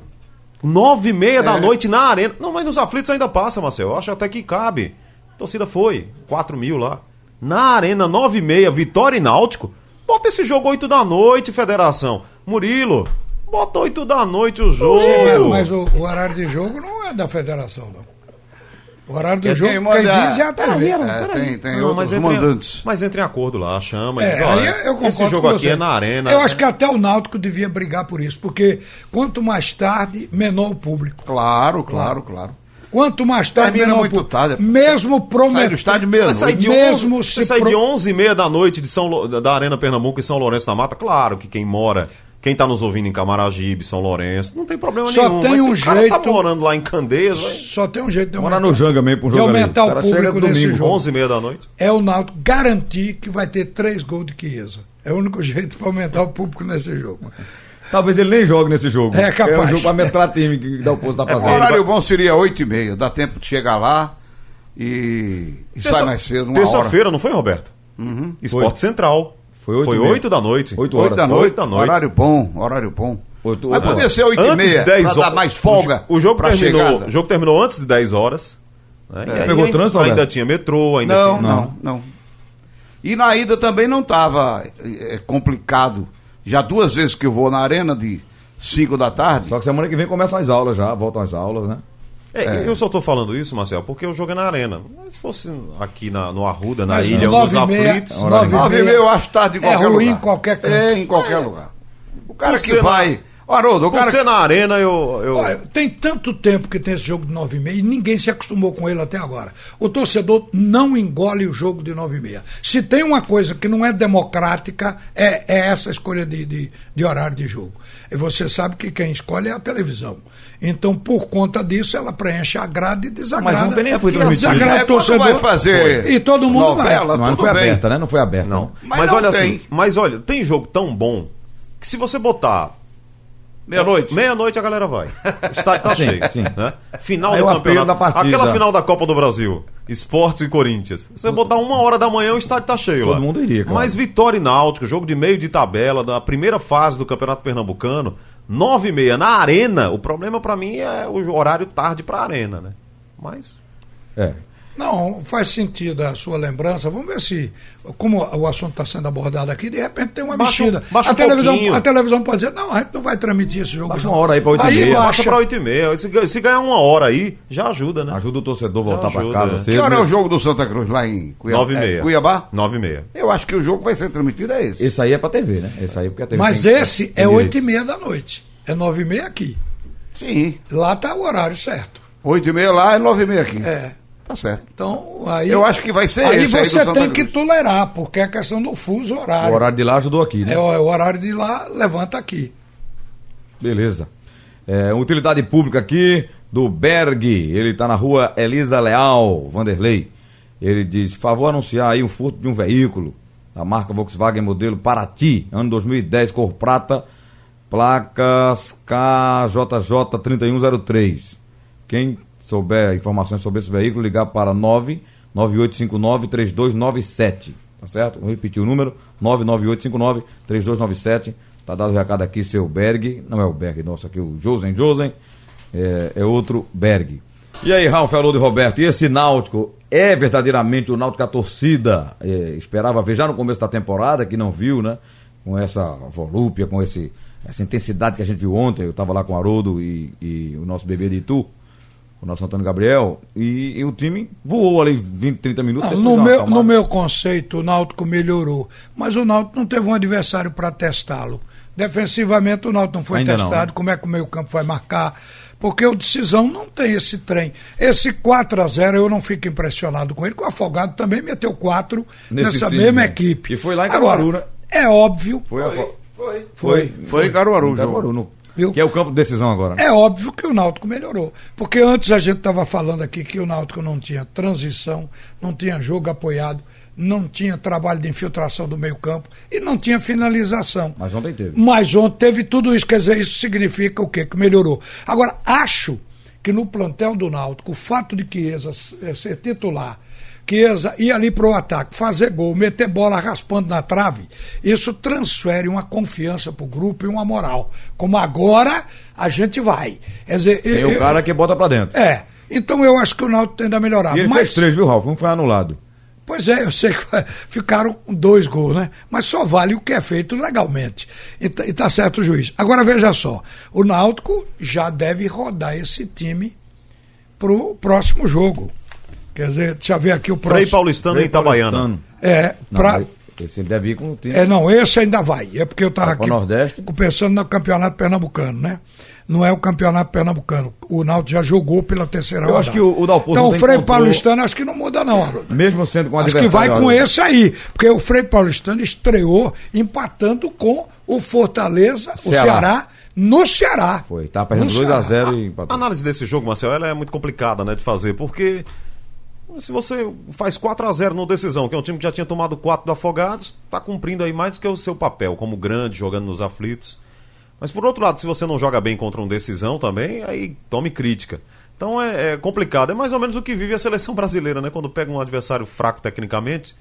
Speaker 6: Nove e meia
Speaker 4: É.
Speaker 6: da noite na arena. Não, mas nos aflitos ainda passa, Marcel. Eu acho até que cabe. A torcida foi. Quatro mil lá. Na arena, nove e meia, Vitória e Náutico. Bota esse jogo 8 da noite, federação. Murilo, bota 8 da noite o jogo.
Speaker 4: Mas o, o horário de jogo não é da federação, não. O horário do
Speaker 5: Tem
Speaker 4: jogo,
Speaker 5: manda-
Speaker 4: quem diz é a TV.
Speaker 5: É,
Speaker 4: não, peraí. Ah,
Speaker 5: Tem, tem
Speaker 6: Não,
Speaker 5: outros
Speaker 6: entre-
Speaker 5: mandantes.
Speaker 6: mas entra em acordo lá, chama. e
Speaker 4: É,
Speaker 6: diz, olha,
Speaker 4: aí eu concordo
Speaker 6: esse jogo
Speaker 4: com
Speaker 6: aqui
Speaker 4: você.
Speaker 6: é na arena.
Speaker 4: Eu acho que até o Náutico devia brigar por isso, porque quanto mais tarde, menor o público.
Speaker 5: Claro, claro, claro.
Speaker 4: Quanto mais tarde,
Speaker 5: Termina
Speaker 4: menor o
Speaker 5: muito
Speaker 4: público.
Speaker 5: tarde.
Speaker 4: Mesmo prometendo.
Speaker 5: Sai do estádio mesmo.
Speaker 6: Mas sai de
Speaker 4: mesmo
Speaker 6: 11,
Speaker 4: se
Speaker 6: você sai
Speaker 4: pro-
Speaker 6: de 11 e meia da noite de São, Lo- da Arena Pernambuco e São Lourenço da Mata. Claro que quem mora, quem tá nos ouvindo em Camaragibe, São Lourenço, não tem problema
Speaker 4: Só
Speaker 6: nenhum.
Speaker 4: tem
Speaker 6: mas
Speaker 4: um
Speaker 6: se o cara tá
Speaker 4: jeito-
Speaker 6: morando lá em Candeias, vai-
Speaker 4: Só tem um jeito de
Speaker 3: Morar
Speaker 4: aumentar,
Speaker 3: no Janga mesmo pra um
Speaker 4: de
Speaker 3: jogo ali.
Speaker 4: aumentar
Speaker 3: O cara
Speaker 4: o
Speaker 3: chega
Speaker 4: público nesse
Speaker 3: domingo.
Speaker 4: jogo.
Speaker 6: 11 e meia da noite.
Speaker 4: É o Náutico garantir que vai ter três gols de Chiesa. É o único jeito para aumentar o público nesse jogo.
Speaker 3: Talvez ele nem jogue nesse jogo.
Speaker 4: É, capaz. É,
Speaker 3: É um jogo pra mestrar time que dá o posto da
Speaker 5: O
Speaker 3: fazenda.
Speaker 5: horário bom seria 8 e meia. Dá tempo de chegar lá e, e sai
Speaker 6: Terça-
Speaker 5: mais cedo, uma hora.
Speaker 6: Terça-feira, não foi, Roberto? Esporte Central.
Speaker 3: Foi oito e meia.
Speaker 6: 8 da noite.
Speaker 3: Oito
Speaker 5: Oito
Speaker 3: horas.
Speaker 5: da noite.
Speaker 6: Oito da noite.
Speaker 5: Horário bom, horário bom.
Speaker 3: Oito-
Speaker 5: Vai
Speaker 3: oito
Speaker 5: poder
Speaker 3: horas.
Speaker 5: ser 8 e
Speaker 6: Antes
Speaker 5: meia,
Speaker 6: de 10
Speaker 5: pra dar
Speaker 6: horas.
Speaker 5: mais folga
Speaker 6: O jogo,
Speaker 5: pra
Speaker 6: terminou,
Speaker 5: chegada.
Speaker 6: o jogo terminou antes de 10 horas. né? E aí
Speaker 3: Pegou
Speaker 6: ainda-
Speaker 3: trânsito,
Speaker 6: Ainda
Speaker 3: Roberto?
Speaker 6: tinha metrô, ainda assim,
Speaker 5: Não,
Speaker 6: tinha.
Speaker 5: não, não. E na ida também não estava complicado. Já duas vezes que eu vou na arena de 5 da tarde.
Speaker 3: Só que semana que vem começam as aulas já, voltam as aulas, né?
Speaker 6: É, Eu só tô falando isso, Marcel, porque o jogo é na arena. Mas Se fosse aqui na, no Arruda, na
Speaker 4: Mas
Speaker 6: ilha, ou nos
Speaker 4: é. nove e meia- é
Speaker 6: aflitos.
Speaker 3: horário
Speaker 4: nove e
Speaker 5: Nove e meia eu acho tarde em
Speaker 4: É
Speaker 5: qualquer lugar.
Speaker 4: ruim em qualquer canto.
Speaker 5: É, em qualquer lugar. O cara
Speaker 6: Por
Speaker 5: que
Speaker 6: ser na-
Speaker 5: vai... Ô, Haroldo, o
Speaker 6: Por
Speaker 5: cara
Speaker 6: ser na arena, eu. eu-
Speaker 4: Olha, tem tanto tempo que tem esse jogo de 9 e meia e ninguém se acostumou com ele até agora. O torcedor não engole o jogo de 9 e meia. Se tem uma coisa que não é democrática, é, é essa escolha de, de, de horário de jogo. E você sabe que quem escolhe é a televisão. Então, por conta disso, ela preenche a grade e desagrada.
Speaker 3: Mas ontem nem foi
Speaker 4: e
Speaker 3: transmitido.
Speaker 4: desagrada
Speaker 5: É,
Speaker 4: o
Speaker 5: quando
Speaker 4: torcedor.
Speaker 5: vai fazer
Speaker 4: Foi. E todo mundo
Speaker 5: novela,
Speaker 4: vai.
Speaker 3: Mas não
Speaker 5: tudo
Speaker 3: foi
Speaker 5: bem.
Speaker 3: aberta, né? Não foi aberta.
Speaker 6: Não.
Speaker 5: Mas
Speaker 6: Mas,
Speaker 5: não
Speaker 6: olha
Speaker 5: tem.
Speaker 6: assim, mas olha, tem jogo tão bom que se você botar
Speaker 5: Meia-noite.
Speaker 6: meia-noite a galera vai. Está, tá
Speaker 3: Sim,
Speaker 6: cheio.
Speaker 3: sim.
Speaker 6: Né? Final
Speaker 3: Aí
Speaker 6: do
Speaker 3: o apelo
Speaker 6: campeonato.
Speaker 3: da partida.
Speaker 6: Aquela final da Copa do Brasil. Esporte e Corinthians. Se Você botar uma hora da manhã, o estádio tá cheio.
Speaker 3: Todo
Speaker 6: lá.
Speaker 3: mundo iria, claro.
Speaker 6: Mas Vitória e Náutico, jogo de meio de tabela, da primeira fase do Campeonato Pernambucano, nove e meia na arena. O problema pra mim é o horário tarde pra arena, né? Mas.
Speaker 3: É.
Speaker 4: Não, faz sentido a sua lembrança. Vamos ver se, como o assunto está sendo abordado aqui, de repente tem uma
Speaker 6: Baixa um-
Speaker 4: mexida.
Speaker 6: baixa
Speaker 4: a,
Speaker 6: um pouquinho.
Speaker 4: televisão, a televisão pode dizer: não, a gente não vai transmitir esse jogo.
Speaker 3: Baixa
Speaker 4: não.
Speaker 3: uma hora aí pra oito e meia.
Speaker 6: Baixa
Speaker 4: baixa
Speaker 6: pra oito e meia. Se, ga- se ganhar uma hora aí, já ajuda, né?
Speaker 3: Ajuda o torcedor a voltar pra
Speaker 6: Ajuda,
Speaker 3: casa
Speaker 6: é.
Speaker 3: cedo.
Speaker 5: Que hora é o
Speaker 3: né?
Speaker 5: jogo do Santa Cruz lá em Cuiabá?
Speaker 6: Nove e meia.
Speaker 5: É, Cuiabá?
Speaker 6: Nove e meia.
Speaker 5: Eu acho que o jogo vai ser transmitido, é esse.
Speaker 3: Esse aí é pra TV, né? Esse aí porque a TV
Speaker 4: Mas
Speaker 3: tem-
Speaker 4: esse
Speaker 3: tem
Speaker 4: é
Speaker 3: direito.
Speaker 4: oito e meia da noite. É nove e meia aqui.
Speaker 5: Sim.
Speaker 4: Lá está o horário certo.
Speaker 5: Oito e meia lá e nove e meia aqui.
Speaker 4: É.
Speaker 5: Tá certo.
Speaker 4: Então, aí.
Speaker 5: Eu acho que vai ser
Speaker 4: Aí
Speaker 5: esse aí do
Speaker 4: você
Speaker 5: Santa
Speaker 4: tem
Speaker 5: Cruz.
Speaker 4: que tolerar, porque é a questão do fuso
Speaker 3: O
Speaker 4: horário.
Speaker 3: horário de lá ajudou aqui, né?
Speaker 4: É o é o horário de lá, levanta aqui.
Speaker 3: Beleza. É, utilidade pública aqui do Berg. Ele está na rua Elisa Leal, Vanderlei. Ele diz: favor anunciar aí o furto de um veículo da marca Volkswagen modelo Paraty, ano 2010, cor prata, placas KJJ 3103. Quem souber informações sobre esse veículo, ligar para 99859-3297. Tá certo? Vou repetir o número: 99859-3297. Tá dado o recado aqui, seu Berg. Não é o Berg, nosso aqui, o Josen Josen. É, é outro Berg. E aí, Ralf, Haroldo e Roberto, e esse Náutico é verdadeiramente o Náutico que a torcida é, esperava ver já no começo da temporada, que não viu, né? Com essa volúpia, com esse, essa intensidade que a gente viu ontem. Eu estava lá com o Haroldo e, e o nosso bebê de Itu, o nosso Antônio Gabriel, e, e o time voou ali 20, 30 minutos.
Speaker 4: Não,
Speaker 3: depois
Speaker 4: no,
Speaker 3: deu uma
Speaker 4: meu,
Speaker 3: acalmada.
Speaker 4: no meu conceito, o Náutico melhorou. Mas o Náutico não teve um adversário para testá-lo. Defensivamente, o Náutico não foi
Speaker 3: Ainda não,
Speaker 4: testado.
Speaker 3: né?
Speaker 4: Como é que o meio-campo vai marcar? Porque o decisão não tem esse trem. Esse 4 a 0 eu não fico impressionado com ele, que o Afogado também meteu 4
Speaker 3: Nesse
Speaker 4: nessa
Speaker 3: time,
Speaker 4: mesma
Speaker 3: né?
Speaker 4: equipe.
Speaker 3: E foi lá em
Speaker 4: Agora,
Speaker 3: Caruaru, né?
Speaker 4: É óbvio.
Speaker 3: Foi, a fo-
Speaker 5: Foi.
Speaker 3: foi,
Speaker 5: Foi em Caruaru o jogo.
Speaker 3: Caruaru, no-
Speaker 4: Viu?
Speaker 3: que é o campo de decisão agora. né?
Speaker 4: É óbvio que o Náutico melhorou. Porque antes a gente estava falando aqui que o Náutico não tinha transição, não tinha jogo apoiado, não tinha trabalho de infiltração do meio-campo e não tinha finalização.
Speaker 3: Mas ontem teve.
Speaker 4: Mas ontem teve tudo isso. Quer dizer, isso significa o quê? Que melhorou. Agora, acho que no plantel do Náutico, o fato de Chiesa eh, ser titular, Chiesa ir ali pro ataque, fazer gol, meter bola raspando na trave, isso transfere uma confiança pro grupo e uma moral. Como agora a gente vai. Quer dizer,
Speaker 3: Tem
Speaker 4: eu-
Speaker 3: o cara que bota pra dentro.
Speaker 4: É. Então eu acho que o Náutico tende a melhorar.
Speaker 3: E ele
Speaker 4: mas
Speaker 3: fez três, viu, Ralf? Um foi anulado.
Speaker 4: Pois é, eu sei que ficaram com dois gols, né? Mas só vale o que é feito legalmente. E tá, e tá certo o juiz. Agora veja só, o Náutico já deve rodar esse time pro próximo jogo. Quer dizer, deixa eu ver aqui o
Speaker 6: Frei
Speaker 4: próximo.
Speaker 6: Paulistano e Itabaiana.
Speaker 4: É,
Speaker 3: Não,
Speaker 4: pra,
Speaker 3: ele- Ele sempre deve ir com o time.
Speaker 4: é, não, esse ainda vai. É porque eu estava
Speaker 3: Copa
Speaker 4: aqui
Speaker 3: Nordeste?
Speaker 4: pensando no campeonato pernambucano, né? Não é o campeonato pernambucano. O Náutico já jogou pela terceira
Speaker 3: Eu acho que o- o Dalpozo
Speaker 4: Então o
Speaker 3: ainda
Speaker 4: Frei
Speaker 3: encontrou-
Speaker 4: Paulistano acho que não muda não, Haroldo.
Speaker 3: Mesmo sendo com o
Speaker 4: Acho que vai
Speaker 3: adversário-
Speaker 4: com esse aí, porque o Frei Paulistano estreou empatando com o Fortaleza, o
Speaker 3: Ceará.
Speaker 4: Ceará, no Ceará.
Speaker 3: Foi, tá perdendo 2x0 e
Speaker 6: A
Speaker 3: empatou.
Speaker 6: análise desse jogo, Marcel, ela é muito complicada né, de fazer, porque se você faz 4 a 0 no decisão, que é um time que já tinha tomado 4 do Afogados, está cumprindo aí mais do que o seu papel como grande, jogando nos aflitos. Mas por outro lado, se você não joga bem contra um decisão também, aí tome crítica. Então é, é complicado. É mais ou menos o que vive a seleção brasileira, né? Quando pega um adversário fraco tecnicamente,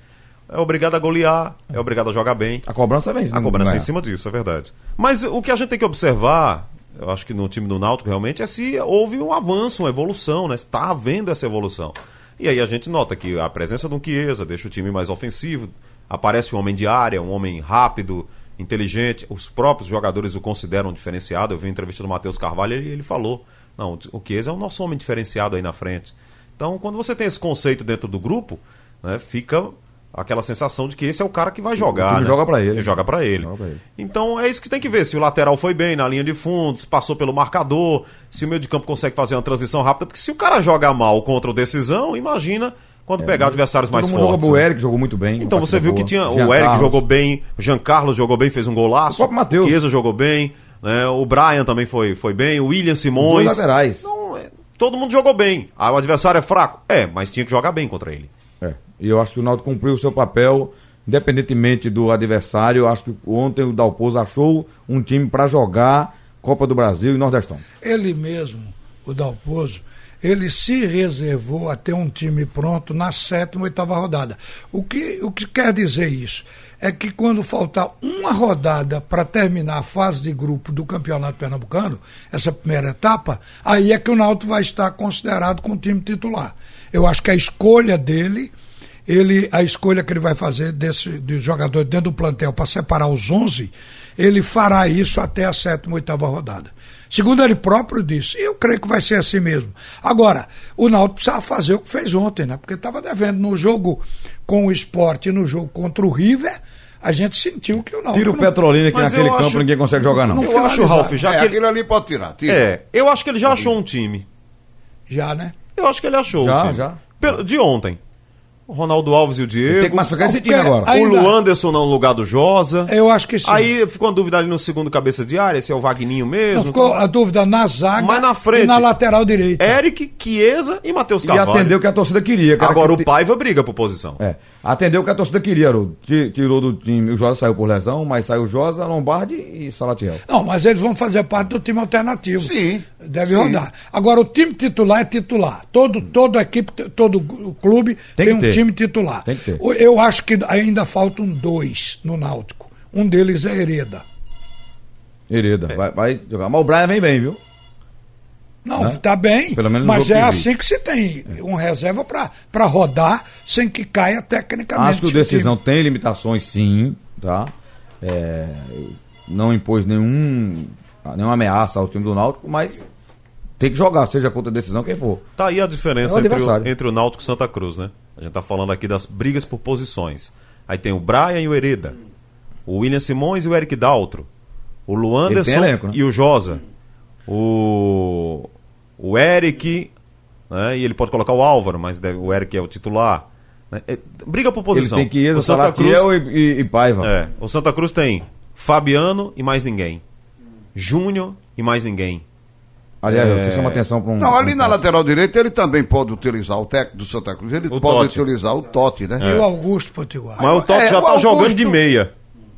Speaker 6: é obrigado a golear, é obrigado a jogar bem.
Speaker 3: A cobrança vem. né?
Speaker 6: A
Speaker 3: não
Speaker 6: cobrança é
Speaker 3: ganha.
Speaker 6: em cima disso, é verdade. Mas o que a gente tem que observar, eu acho que no time do Náutico realmente, é se houve um avanço, uma evolução, né? Está havendo essa evolução. E aí a gente nota que a presença do Chiesa deixa o time mais ofensivo, aparece um homem de área, um homem rápido, inteligente. Os próprios jogadores o consideram diferenciado. Eu vi a entrevista do Matheus Carvalho e ele- ele falou: não, o Chiesa é o nosso homem diferenciado aí na frente. Então, quando você tem esse conceito dentro do grupo, né, fica aquela sensação de que esse é o cara que vai jogar.
Speaker 3: time
Speaker 6: né?
Speaker 3: joga pra ele.
Speaker 6: Joga pra ele.
Speaker 3: Joga pra ele.
Speaker 6: Então é isso que tem que ver. Se o lateral foi bem na linha de fundo, se passou pelo marcador, se o meio de campo consegue fazer uma transição rápida. Porque se o cara joga mal contra o decisão, imagina quando pegar adversários mais
Speaker 3: É, Todo mundo
Speaker 6: fortes.
Speaker 3: jogou, o
Speaker 6: né?
Speaker 3: Eric jogou muito bem.
Speaker 6: Então
Speaker 3: uma
Speaker 6: você
Speaker 3: partida
Speaker 6: viu que
Speaker 3: boa.
Speaker 6: tinha.
Speaker 3: Jean
Speaker 6: O Eric
Speaker 3: Carlos.
Speaker 6: jogou bem, o Jean Carlos jogou bem, fez um golaço.
Speaker 3: O próprio Matheus.
Speaker 6: Chiesa jogou bem, né? o Brian também foi, foi bem, o William
Speaker 3: Dois
Speaker 6: Simões.
Speaker 3: laterais.
Speaker 6: Então, é, todo mundo jogou bem. Ah, o adversário é fraco? É, mas tinha que jogar bem contra ele.
Speaker 3: É. E eu acho que o Náutico cumpriu o seu papel, independentemente do adversário. Eu acho que ontem o Dalpozo achou um time pra jogar Copa do Brasil e Nordestão.
Speaker 4: Ele mesmo, o Dalpozo, ele se reservou a ter um time pronto na sétima, oitava rodada. O que, o que quer dizer isso? É que quando faltar uma rodada para terminar a fase de grupo do Campeonato Pernambucano, essa primeira etapa, aí é que o Náutico vai estar considerado com o time titular. Eu acho que a escolha dele ele a escolha que ele vai fazer desse de jogador dentro do plantel para separar os 11, ele fará isso até a sétima, oitava rodada. Segundo ele próprio disse, e eu creio que vai ser assim mesmo. Agora, o Náutico precisava fazer o que fez ontem, né? Porque estava devendo no jogo com o esporte e no jogo contra o River, a gente sentiu que o Náutico
Speaker 3: Tira o
Speaker 4: não-
Speaker 3: Petrolina que
Speaker 6: Mas
Speaker 3: naquele
Speaker 6: eu
Speaker 3: campo
Speaker 6: acho-
Speaker 3: ninguém consegue jogar, não.
Speaker 4: não-
Speaker 6: Eu acho,
Speaker 4: finalizar.
Speaker 6: Ralf, já
Speaker 5: é,
Speaker 6: que ele-
Speaker 5: aquilo ali pode tirar. Tira.
Speaker 6: É, eu acho que ele já achou um time.
Speaker 4: já, né?
Speaker 6: Eu acho que ele achou.
Speaker 3: Já,
Speaker 6: o time.
Speaker 3: já.
Speaker 6: Pelo- de ontem. O Ronaldo Alves e o Diego.
Speaker 3: Tem que massificar esse time
Speaker 4: Porque
Speaker 3: agora.
Speaker 4: aí-
Speaker 6: O
Speaker 4: ainda- É
Speaker 6: Luanderson no lugar do Josa.
Speaker 4: Eu acho que sim.
Speaker 6: Aí ficou a dúvida ali no segundo cabeça de área, se é o Vagninho mesmo.
Speaker 4: Não ficou a dúvida na zaga
Speaker 6: Mas na frente- É,
Speaker 4: e na lateral direita.
Speaker 6: Eric, Chiesa e Matheus
Speaker 3: E
Speaker 6: Carvalho.
Speaker 3: atendeu o que a torcida queria. cara,
Speaker 6: Agora
Speaker 3: que
Speaker 6: o
Speaker 3: te-
Speaker 6: Paiva briga por posição.
Speaker 3: É. Atendeu o que a torcida queria, Haroldo. Ti- Tirou do time. O Josa saiu por lesão, mas saiu o Josa, Lombardi e Salatiel.
Speaker 4: Não, mas eles vão fazer parte do time alternativo.
Speaker 5: Sim.
Speaker 4: Deve
Speaker 5: Sim.
Speaker 4: rodar. Agora, o time titular é titular. Todo, toda equipe, todo o clube
Speaker 3: Tem
Speaker 4: tem,
Speaker 3: que
Speaker 4: um
Speaker 3: ter.
Speaker 4: time titular.
Speaker 3: Tem que ter.
Speaker 4: O- Eu acho que ainda faltam dois no Náutico. Um deles é Hereda.
Speaker 3: Hereda.
Speaker 6: É.
Speaker 3: Vai, vai jogar. Mas o Brian vem bem, viu?
Speaker 4: Não,
Speaker 3: Né?
Speaker 4: tá bem,
Speaker 3: Pelo menos no
Speaker 4: mas
Speaker 3: jogo
Speaker 4: é
Speaker 3: que vi.
Speaker 4: assim que se tem um reserva para rodar sem que caia tecnicamente.
Speaker 3: Acho que o
Speaker 5: Tipo,
Speaker 4: time.
Speaker 3: decisão tem limitações, sim, tá? É, não impôs nenhum, nenhuma ameaça ao time do Náutico, mas tem que jogar, seja contra a decisão quem for.
Speaker 6: Tá aí a
Speaker 3: É
Speaker 6: diferença
Speaker 3: o
Speaker 6: entre, o,
Speaker 3: adversário.
Speaker 6: entre o Náutico e Santa Cruz, né? A gente tá falando aqui das brigas por posições. Aí tem o Brian e o Hereda. O William Simões e o Eric Daltro. O
Speaker 3: Ele
Speaker 6: Luanderson
Speaker 3: tem elenco, né?
Speaker 6: e o Josa. O, o Eric. Né? E ele pode colocar o Álvaro, mas deve- o Eric é o titular. né? É, briga por
Speaker 3: Ele
Speaker 6: posição.
Speaker 3: tem que ir
Speaker 6: o
Speaker 3: a
Speaker 6: Santa Cruz,
Speaker 3: Salatiel e, e, e Paiva.
Speaker 6: é, o Santa Cruz tem Fabiano e mais ninguém. Júnior e mais ninguém.
Speaker 3: Aliás,
Speaker 6: É.
Speaker 3: você chama atenção para um.
Speaker 5: Não, ali
Speaker 3: um-
Speaker 5: na lateral direita ele também pode utilizar o técnico do Santa Cruz, ele
Speaker 6: O
Speaker 5: pode
Speaker 6: Totti. É.
Speaker 5: utilizar o Totti, né?
Speaker 4: E
Speaker 3: É.
Speaker 4: o Tipo, Augusto Potiguar.
Speaker 6: Mas o Totti
Speaker 5: É,
Speaker 6: já
Speaker 5: o
Speaker 6: tá
Speaker 5: Augusto-
Speaker 6: jogando de meia.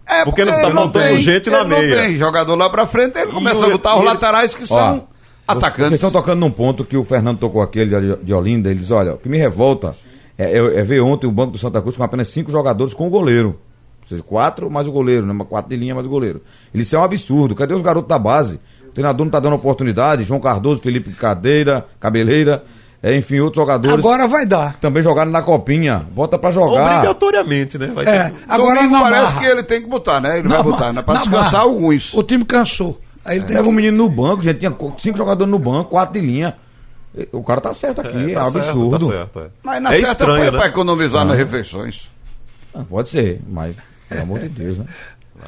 Speaker 5: É,
Speaker 6: Porque não tá
Speaker 5: ele
Speaker 6: faltando
Speaker 5: tem,
Speaker 6: gente na
Speaker 5: ele não
Speaker 6: meia.
Speaker 5: tem jogador lá pra frente, ele
Speaker 6: E
Speaker 5: começa
Speaker 6: o-
Speaker 5: a botar
Speaker 6: e
Speaker 5: os
Speaker 6: ele-
Speaker 5: laterais que
Speaker 3: Ó,
Speaker 5: são
Speaker 3: Vocês
Speaker 5: atacantes.
Speaker 3: estão tocando num ponto que o Fernando tocou aquele de, de Olinda. Ele diz: olha, o que me revolta é, é- é ver ontem o banco do Santa Cruz com apenas cinco jogadores com o goleiro. Ou seja, quatro mais o goleiro, né? quatro de linha mais o goleiro. Ele disse: é um absurdo. Cadê tá os garotos da base? O treinador não está dando oportunidade. João Cardoso, Felipe Cadeira, Cabeleira. É, enfim, outros jogadores
Speaker 4: Agora vai dar.
Speaker 3: também jogaram na copinha. Bota pra jogar.
Speaker 6: Obrigatoriamente, né? Vai
Speaker 4: É,
Speaker 6: ter-
Speaker 4: agora
Speaker 5: Domingo
Speaker 4: na
Speaker 5: parece
Speaker 4: marra.
Speaker 5: que ele tem que botar, né? Ele
Speaker 4: Na
Speaker 5: vai
Speaker 4: marra,
Speaker 5: botar, né? Pra
Speaker 4: na
Speaker 5: descansar
Speaker 4: marra.
Speaker 5: alguns. É.
Speaker 4: O time cansou. Aí ele tem
Speaker 3: Leva
Speaker 4: que-
Speaker 3: o menino no banco, gente. Tinha co- cinco jogadores no banco, quatro de linha. E- O cara tá certo aqui, é,
Speaker 6: tá certo,
Speaker 3: absurdo.
Speaker 6: tá certo, é.
Speaker 5: Mas na
Speaker 6: é
Speaker 5: certa
Speaker 6: estranho,
Speaker 5: foi
Speaker 6: né?
Speaker 5: pra economizar nas refeições.
Speaker 3: Ah, Pode ser, mas, pelo amor de Deus, né?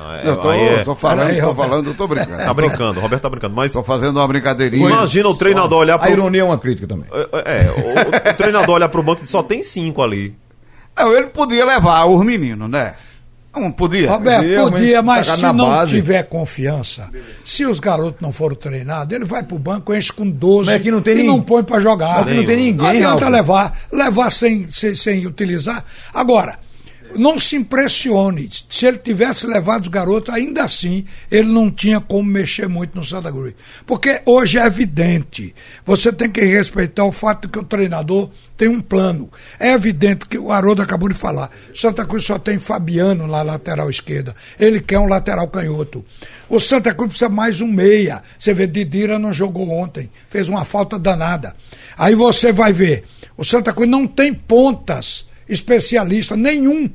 Speaker 6: Não, é-
Speaker 5: Eu tô,
Speaker 6: aí é-
Speaker 5: tô falando,
Speaker 4: Peraí,
Speaker 5: tô
Speaker 4: Roberto.
Speaker 5: falando, tô
Speaker 6: Tá
Speaker 5: brincando.
Speaker 6: brincando, o Roberto tá brincando. Mas
Speaker 5: Tô fazendo uma brincadeirinha.
Speaker 6: imagina o treinador olhar
Speaker 3: A
Speaker 6: pro.
Speaker 3: ironia é uma crítica também.
Speaker 6: É, é, o, o treinador olhar pro banco e só tem cinco ali.
Speaker 5: Não, ele podia levar os meninos, né? Não podia.
Speaker 4: Roberto,
Speaker 3: Podia, mas
Speaker 4: podia, mas
Speaker 3: sacar
Speaker 4: se
Speaker 3: na
Speaker 4: não
Speaker 3: base.
Speaker 4: tiver confiança, se os garotos não foram treinados, ele vai pro banco, enche com 12
Speaker 3: Mas é que não tem
Speaker 4: e
Speaker 3: ninguém.
Speaker 4: não põe pra jogar.
Speaker 3: Porque não tem ninguém,
Speaker 4: Não adianta
Speaker 3: Ralf.
Speaker 4: levar, levar sem, sem, sem utilizar. Agora, não se impressione. Se ele tivesse levado os garotos, ainda assim, ele não tinha como mexer muito no Santa Cruz. Porque hoje é evidente. Você tem que respeitar o fato de que o treinador tem um plano. É evidente que o Haroldo acabou de falar. Santa Cruz só tem Fabiano na lateral esquerda. Ele quer um lateral canhoto. O Santa Cruz precisa mais um meia. Você vê, Didira não jogou ontem. Fez uma falta danada. Aí você vai ver. O Santa Cruz não tem pontas especialista nenhum.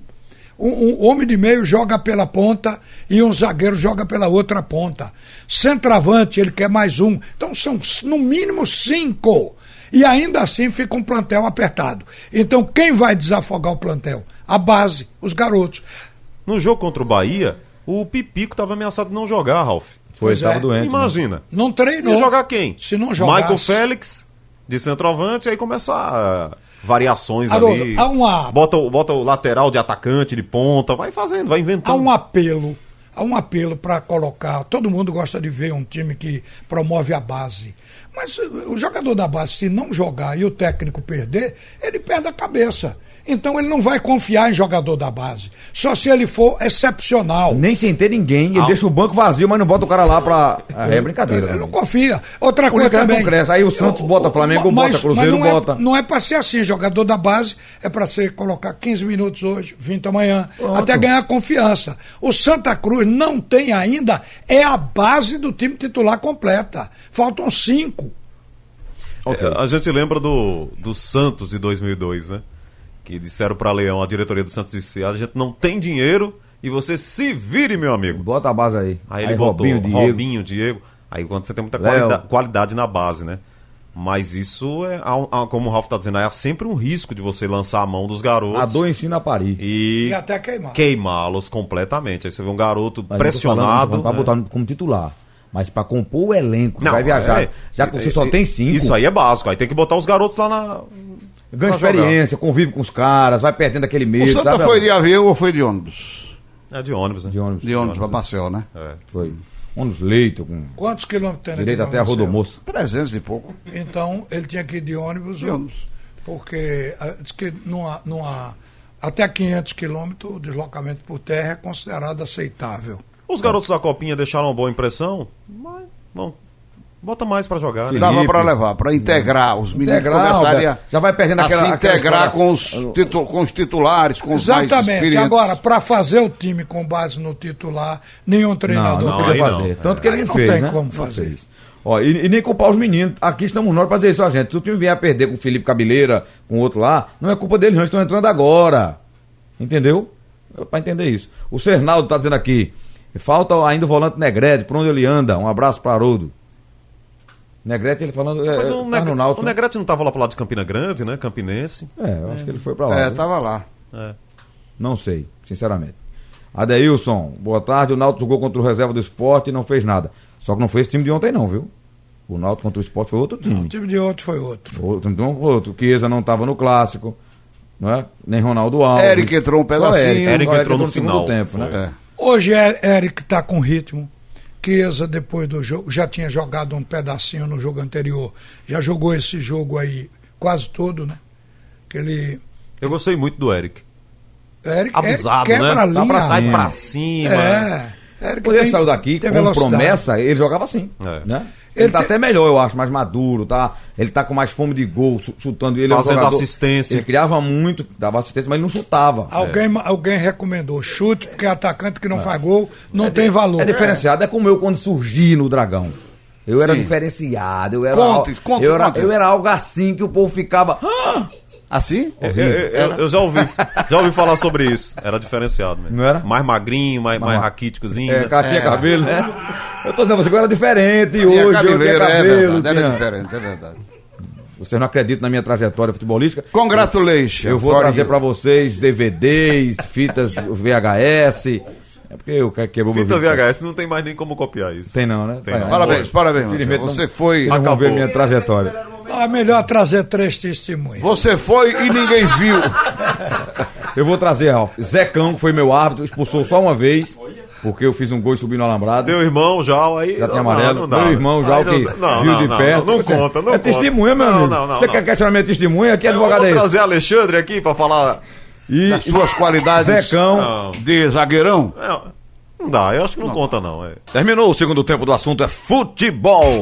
Speaker 4: Um, um homem de meio joga pela ponta e um zagueiro joga pela outra ponta. Centravante, ele quer mais um. Então são s- no mínimo cinco. E ainda assim fica um plantel apertado. Então quem vai desafogar o plantel? A base, os garotos.
Speaker 6: No jogo contra o Bahia, o Pipico tava ameaçado de não jogar, Ralf.
Speaker 3: Foi,
Speaker 4: Pois
Speaker 3: estava
Speaker 4: é.
Speaker 3: doente.
Speaker 6: Imagina.
Speaker 4: Não treinou.
Speaker 6: Ia jogar quem?
Speaker 4: Se não jogasse.
Speaker 6: Michael Félix, de centroavante, aí começa ah, variações
Speaker 4: Haroldo,
Speaker 6: ali.
Speaker 4: há uma-
Speaker 6: Bota, o- bota o lateral de atacante, de ponta, vai fazendo, vai
Speaker 4: há
Speaker 6: inventando.
Speaker 4: um apelo, há um apelo para colocar. Todo mundo gosta de ver um time que promove a base. Mas uh, o jogador da base, se não jogar e o técnico perder, ele perde a cabeça. Então ele não vai confiar em jogador da base. Só se ele for excepcional.
Speaker 3: Nem sem ter ninguém. Ele
Speaker 6: Ah.
Speaker 3: deixa o banco vazio, mas não bota o cara lá pra. É, é brincadeira.
Speaker 4: Eu não
Speaker 3: também.
Speaker 4: confia. Outra
Speaker 3: Por isso
Speaker 4: coisa
Speaker 3: que ela não
Speaker 4: também.
Speaker 3: cresce. Aí o Santos bota Flamengo,
Speaker 4: mas-
Speaker 3: bota Cruzeiro,
Speaker 4: mas não
Speaker 3: bota.
Speaker 4: É, não é pra ser assim. Jogador da base é pra ser colocar 15 minutos hoje, 20 amanhã,
Speaker 3: Pronto.
Speaker 4: até ganhar confiança. O Santa Cruz não tem ainda, é a base do time titular completa. Faltam cinco.
Speaker 3: Ok.
Speaker 6: É, A gente lembra do, do Santos de 2002, né? Que disseram pra Leão, a diretoria do Santos disse: a gente não tem dinheiro e você se vire, meu amigo.
Speaker 3: Bota a base aí.
Speaker 6: Aí ele botou
Speaker 3: Robinho, Diego.
Speaker 6: Robinho, Diego. Aí quando você tem muita
Speaker 3: Léo.
Speaker 6: qualida- qualidade na base, né? Mas isso é, há um- há- como o Ralf tá dizendo, há sempre um risco de você lançar a mão dos garotos.
Speaker 3: A dor ensina a parir.
Speaker 6: e
Speaker 4: E até queimar.
Speaker 6: queimá-los completamente. Aí você vê um garoto
Speaker 3: Mas eu tô falando-
Speaker 6: pressionado.
Speaker 3: tô falando pra
Speaker 6: né?
Speaker 3: botar como titular. Mas pra compor o elenco,
Speaker 6: Não,
Speaker 3: vai viajar.
Speaker 6: é-
Speaker 3: já que você
Speaker 6: é-
Speaker 3: só
Speaker 6: é-
Speaker 3: tem cinco.
Speaker 6: Isso aí é básico. Aí tem que botar os garotos lá na.
Speaker 3: Ganha
Speaker 6: pra jogar.
Speaker 3: experiência, convive com os caras, vai perdendo aquele medo.
Speaker 5: O Santa
Speaker 3: sabe?
Speaker 5: foi de avião ou foi de ônibus?
Speaker 6: É de ônibus, né?
Speaker 3: De ônibus.
Speaker 5: De ônibus pra Marcel, né?
Speaker 3: É. Foi. Ônibus leito, com
Speaker 4: Quantos quilômetros tem
Speaker 3: direito
Speaker 4: daqui
Speaker 3: até
Speaker 4: pra
Speaker 3: a
Speaker 4: você?
Speaker 3: rodomoça.
Speaker 5: 300 e pouco.
Speaker 4: Então ele tinha que ir de ônibus.
Speaker 5: De ônibus.
Speaker 4: Porque ah, diz que numa, numa, até 500 quilômetros o deslocamento por terra é considerado aceitável.
Speaker 6: Os garotos da Copinha deixaram uma boa impressão, mas vão. Bota mais pra jogar. né?
Speaker 3: Felipe.
Speaker 5: Dava pra levar, pra integrar os meninos
Speaker 3: Integrar,
Speaker 5: começarem a,
Speaker 3: Roberto. Já vai perdendo
Speaker 5: a
Speaker 3: aquela-
Speaker 5: se
Speaker 3: aquela
Speaker 5: integrar
Speaker 3: história.
Speaker 5: com, os titu- com os titulares, com os mais
Speaker 4: Exatamente.
Speaker 5: experientes.
Speaker 4: Agora, para fazer o time com base no titular, nenhum
Speaker 3: Não,
Speaker 4: treinador
Speaker 3: não
Speaker 6: aí
Speaker 3: podia
Speaker 6: não.
Speaker 3: fazer. Tanto que ele
Speaker 4: Aí
Speaker 3: não,
Speaker 4: não
Speaker 3: fez,
Speaker 4: tem
Speaker 3: né?
Speaker 4: como
Speaker 3: Não
Speaker 4: fazer.
Speaker 3: fez. Ó, e, e nem culpar os meninos. Aqui estamos nós pra dizer isso, ó, gente. Se o time vier a perder com o Felipe Cabeleira, com o outro lá, não é culpa deles, não. Eles estão entrando agora. Entendeu? É Pra entender isso. O Sernaldo tá dizendo aqui. Falta ainda o volante Negrete, por onde ele anda. Um abraço pra Haroldo. Negrete, ele falando. É,
Speaker 6: Mas
Speaker 3: tá
Speaker 6: o,
Speaker 3: no
Speaker 6: Negre-
Speaker 3: Náutico,
Speaker 6: o
Speaker 3: né?
Speaker 6: Negrete não tava lá pro lado de Campina Grande, né? Campinense.
Speaker 3: É, eu acho que ele foi pra lá.
Speaker 5: É,
Speaker 3: viu?
Speaker 5: tava lá.
Speaker 6: É.
Speaker 3: Não sei, sinceramente. Adeilson, boa tarde. O Náutico jogou contra o reserva do esporte e não fez nada. Só que não foi esse time de ontem, não, viu? O Náutico contra o esporte foi outro
Speaker 4: O
Speaker 6: Hum.
Speaker 3: time.
Speaker 4: Um time de ontem foi outro.
Speaker 3: Outro, então, outro. O Chiesa não estava no clássico, não é? Nem Ronaldo Alves.
Speaker 5: Eric entrou um
Speaker 3: Só
Speaker 5: pedacinho.
Speaker 3: Eric,
Speaker 6: Eric
Speaker 3: só
Speaker 6: entrou no final,
Speaker 3: segundo tempo, né?
Speaker 5: É.
Speaker 4: Hoje é Eric está com ritmo. Chiesa, depois do jogo, já tinha jogado um pedacinho no jogo anterior. Já jogou esse jogo aí quase todo, né? Que ele.
Speaker 6: Eu gostei muito do Eric.
Speaker 3: É,
Speaker 4: Eric, Eric
Speaker 6: Abusado,
Speaker 4: quebra
Speaker 6: né?
Speaker 4: a
Speaker 6: Dá pra
Speaker 4: linha,
Speaker 6: sair
Speaker 4: rapaz.
Speaker 6: pra cima. né?
Speaker 4: É. Eric
Speaker 3: Quando ele
Speaker 4: tem-
Speaker 3: saiu daqui com
Speaker 4: tem velocidade.
Speaker 3: promessa, ele jogava assim.
Speaker 6: É.
Speaker 3: Né? Ele,
Speaker 4: Ele
Speaker 3: tá
Speaker 4: tem-
Speaker 3: até melhor, eu acho, mais maduro, tá? Ele tá com mais fome de gol, chu- chutando. Ele é um
Speaker 6: Fazendo
Speaker 3: jogador-
Speaker 6: assistência.
Speaker 3: Ele criava muito, dava assistência, mas ele não chutava.
Speaker 4: Alguém,
Speaker 6: É.
Speaker 4: alguém recomendou chute, é
Speaker 6: Ah.
Speaker 5: É.
Speaker 4: porque atacante que não faz gol não tem valor.
Speaker 3: É diferenciado, é como eu quando surgi no Dragão. Eu era
Speaker 5: Sim.
Speaker 3: diferenciado, eu era.
Speaker 5: Conte, conte,
Speaker 3: eu, era
Speaker 5: conte.
Speaker 3: eu era algo assim que o povo ficava. "Ah!"
Speaker 5: Assim?
Speaker 6: Eu, eu- eu- eu já ouvi, já ouvi falar sobre isso. Era diferenciado mesmo.
Speaker 3: Não era?
Speaker 6: Mais magrinho, mais, mais raquíticozinho.
Speaker 3: É,
Speaker 6: né?
Speaker 3: catinha cabelo, né? Eu tô dizendo, você agora é diferente
Speaker 5: Tinha
Speaker 3: hoje, eu tinha
Speaker 5: cabeleira, é
Speaker 3: cabelo.
Speaker 5: verdade, era
Speaker 3: tinha-
Speaker 5: diferente, é verdade.
Speaker 3: Vocês não acreditam na minha trajetória futebolística.
Speaker 5: Congratulations.
Speaker 3: Eu vou
Speaker 5: for
Speaker 3: trazer
Speaker 5: you.
Speaker 3: pra vocês DVDs, fitas VHS. É porque eu que- quebrou meu
Speaker 6: Fita
Speaker 3: vídeo.
Speaker 6: VHS não tem mais nem como copiar isso.
Speaker 3: Tem não, né?
Speaker 6: Tem não.
Speaker 5: Parabéns, parabéns,
Speaker 3: Infelizmente,
Speaker 5: Marcelo. Você
Speaker 3: não-
Speaker 5: foi.
Speaker 3: Vocês não vão ver
Speaker 6: Acabou.
Speaker 3: minha trajetória.
Speaker 4: Ah, melhor trazer três testemunhas.
Speaker 5: Você foi e ninguém viu.
Speaker 3: Eu vou trazer, Ralf. Zecão, que foi meu árbitro, expulsou só uma vez, porque eu fiz um gol e subi no alambrado.
Speaker 6: Deu irmão já, aí.
Speaker 3: Já tem
Speaker 6: não dá,
Speaker 3: amarelo.
Speaker 6: não dá. né?
Speaker 3: Meu irmão já
Speaker 6: Aí
Speaker 3: o que
Speaker 6: não- não,
Speaker 3: viu
Speaker 6: não,
Speaker 3: de
Speaker 6: não,
Speaker 3: perto.
Speaker 6: Não, conta, não
Speaker 3: É
Speaker 6: conta.
Speaker 3: testemunha, meu
Speaker 6: Não,
Speaker 3: amigo.
Speaker 6: Não, não,
Speaker 3: Você
Speaker 6: não.
Speaker 3: quer questionar minha testemunha? Que advogado
Speaker 6: Eu
Speaker 3: é
Speaker 6: vou
Speaker 3: esse?
Speaker 6: trazer Alexandre aqui pra falar.
Speaker 3: E
Speaker 5: As suas qualidades
Speaker 3: Zecão.
Speaker 6: Não.
Speaker 5: de zagueirão.
Speaker 6: Não, É, não dá, eu acho que não, conta, não. É.
Speaker 3: Terminou o segundo tempo do assunto, é futebol.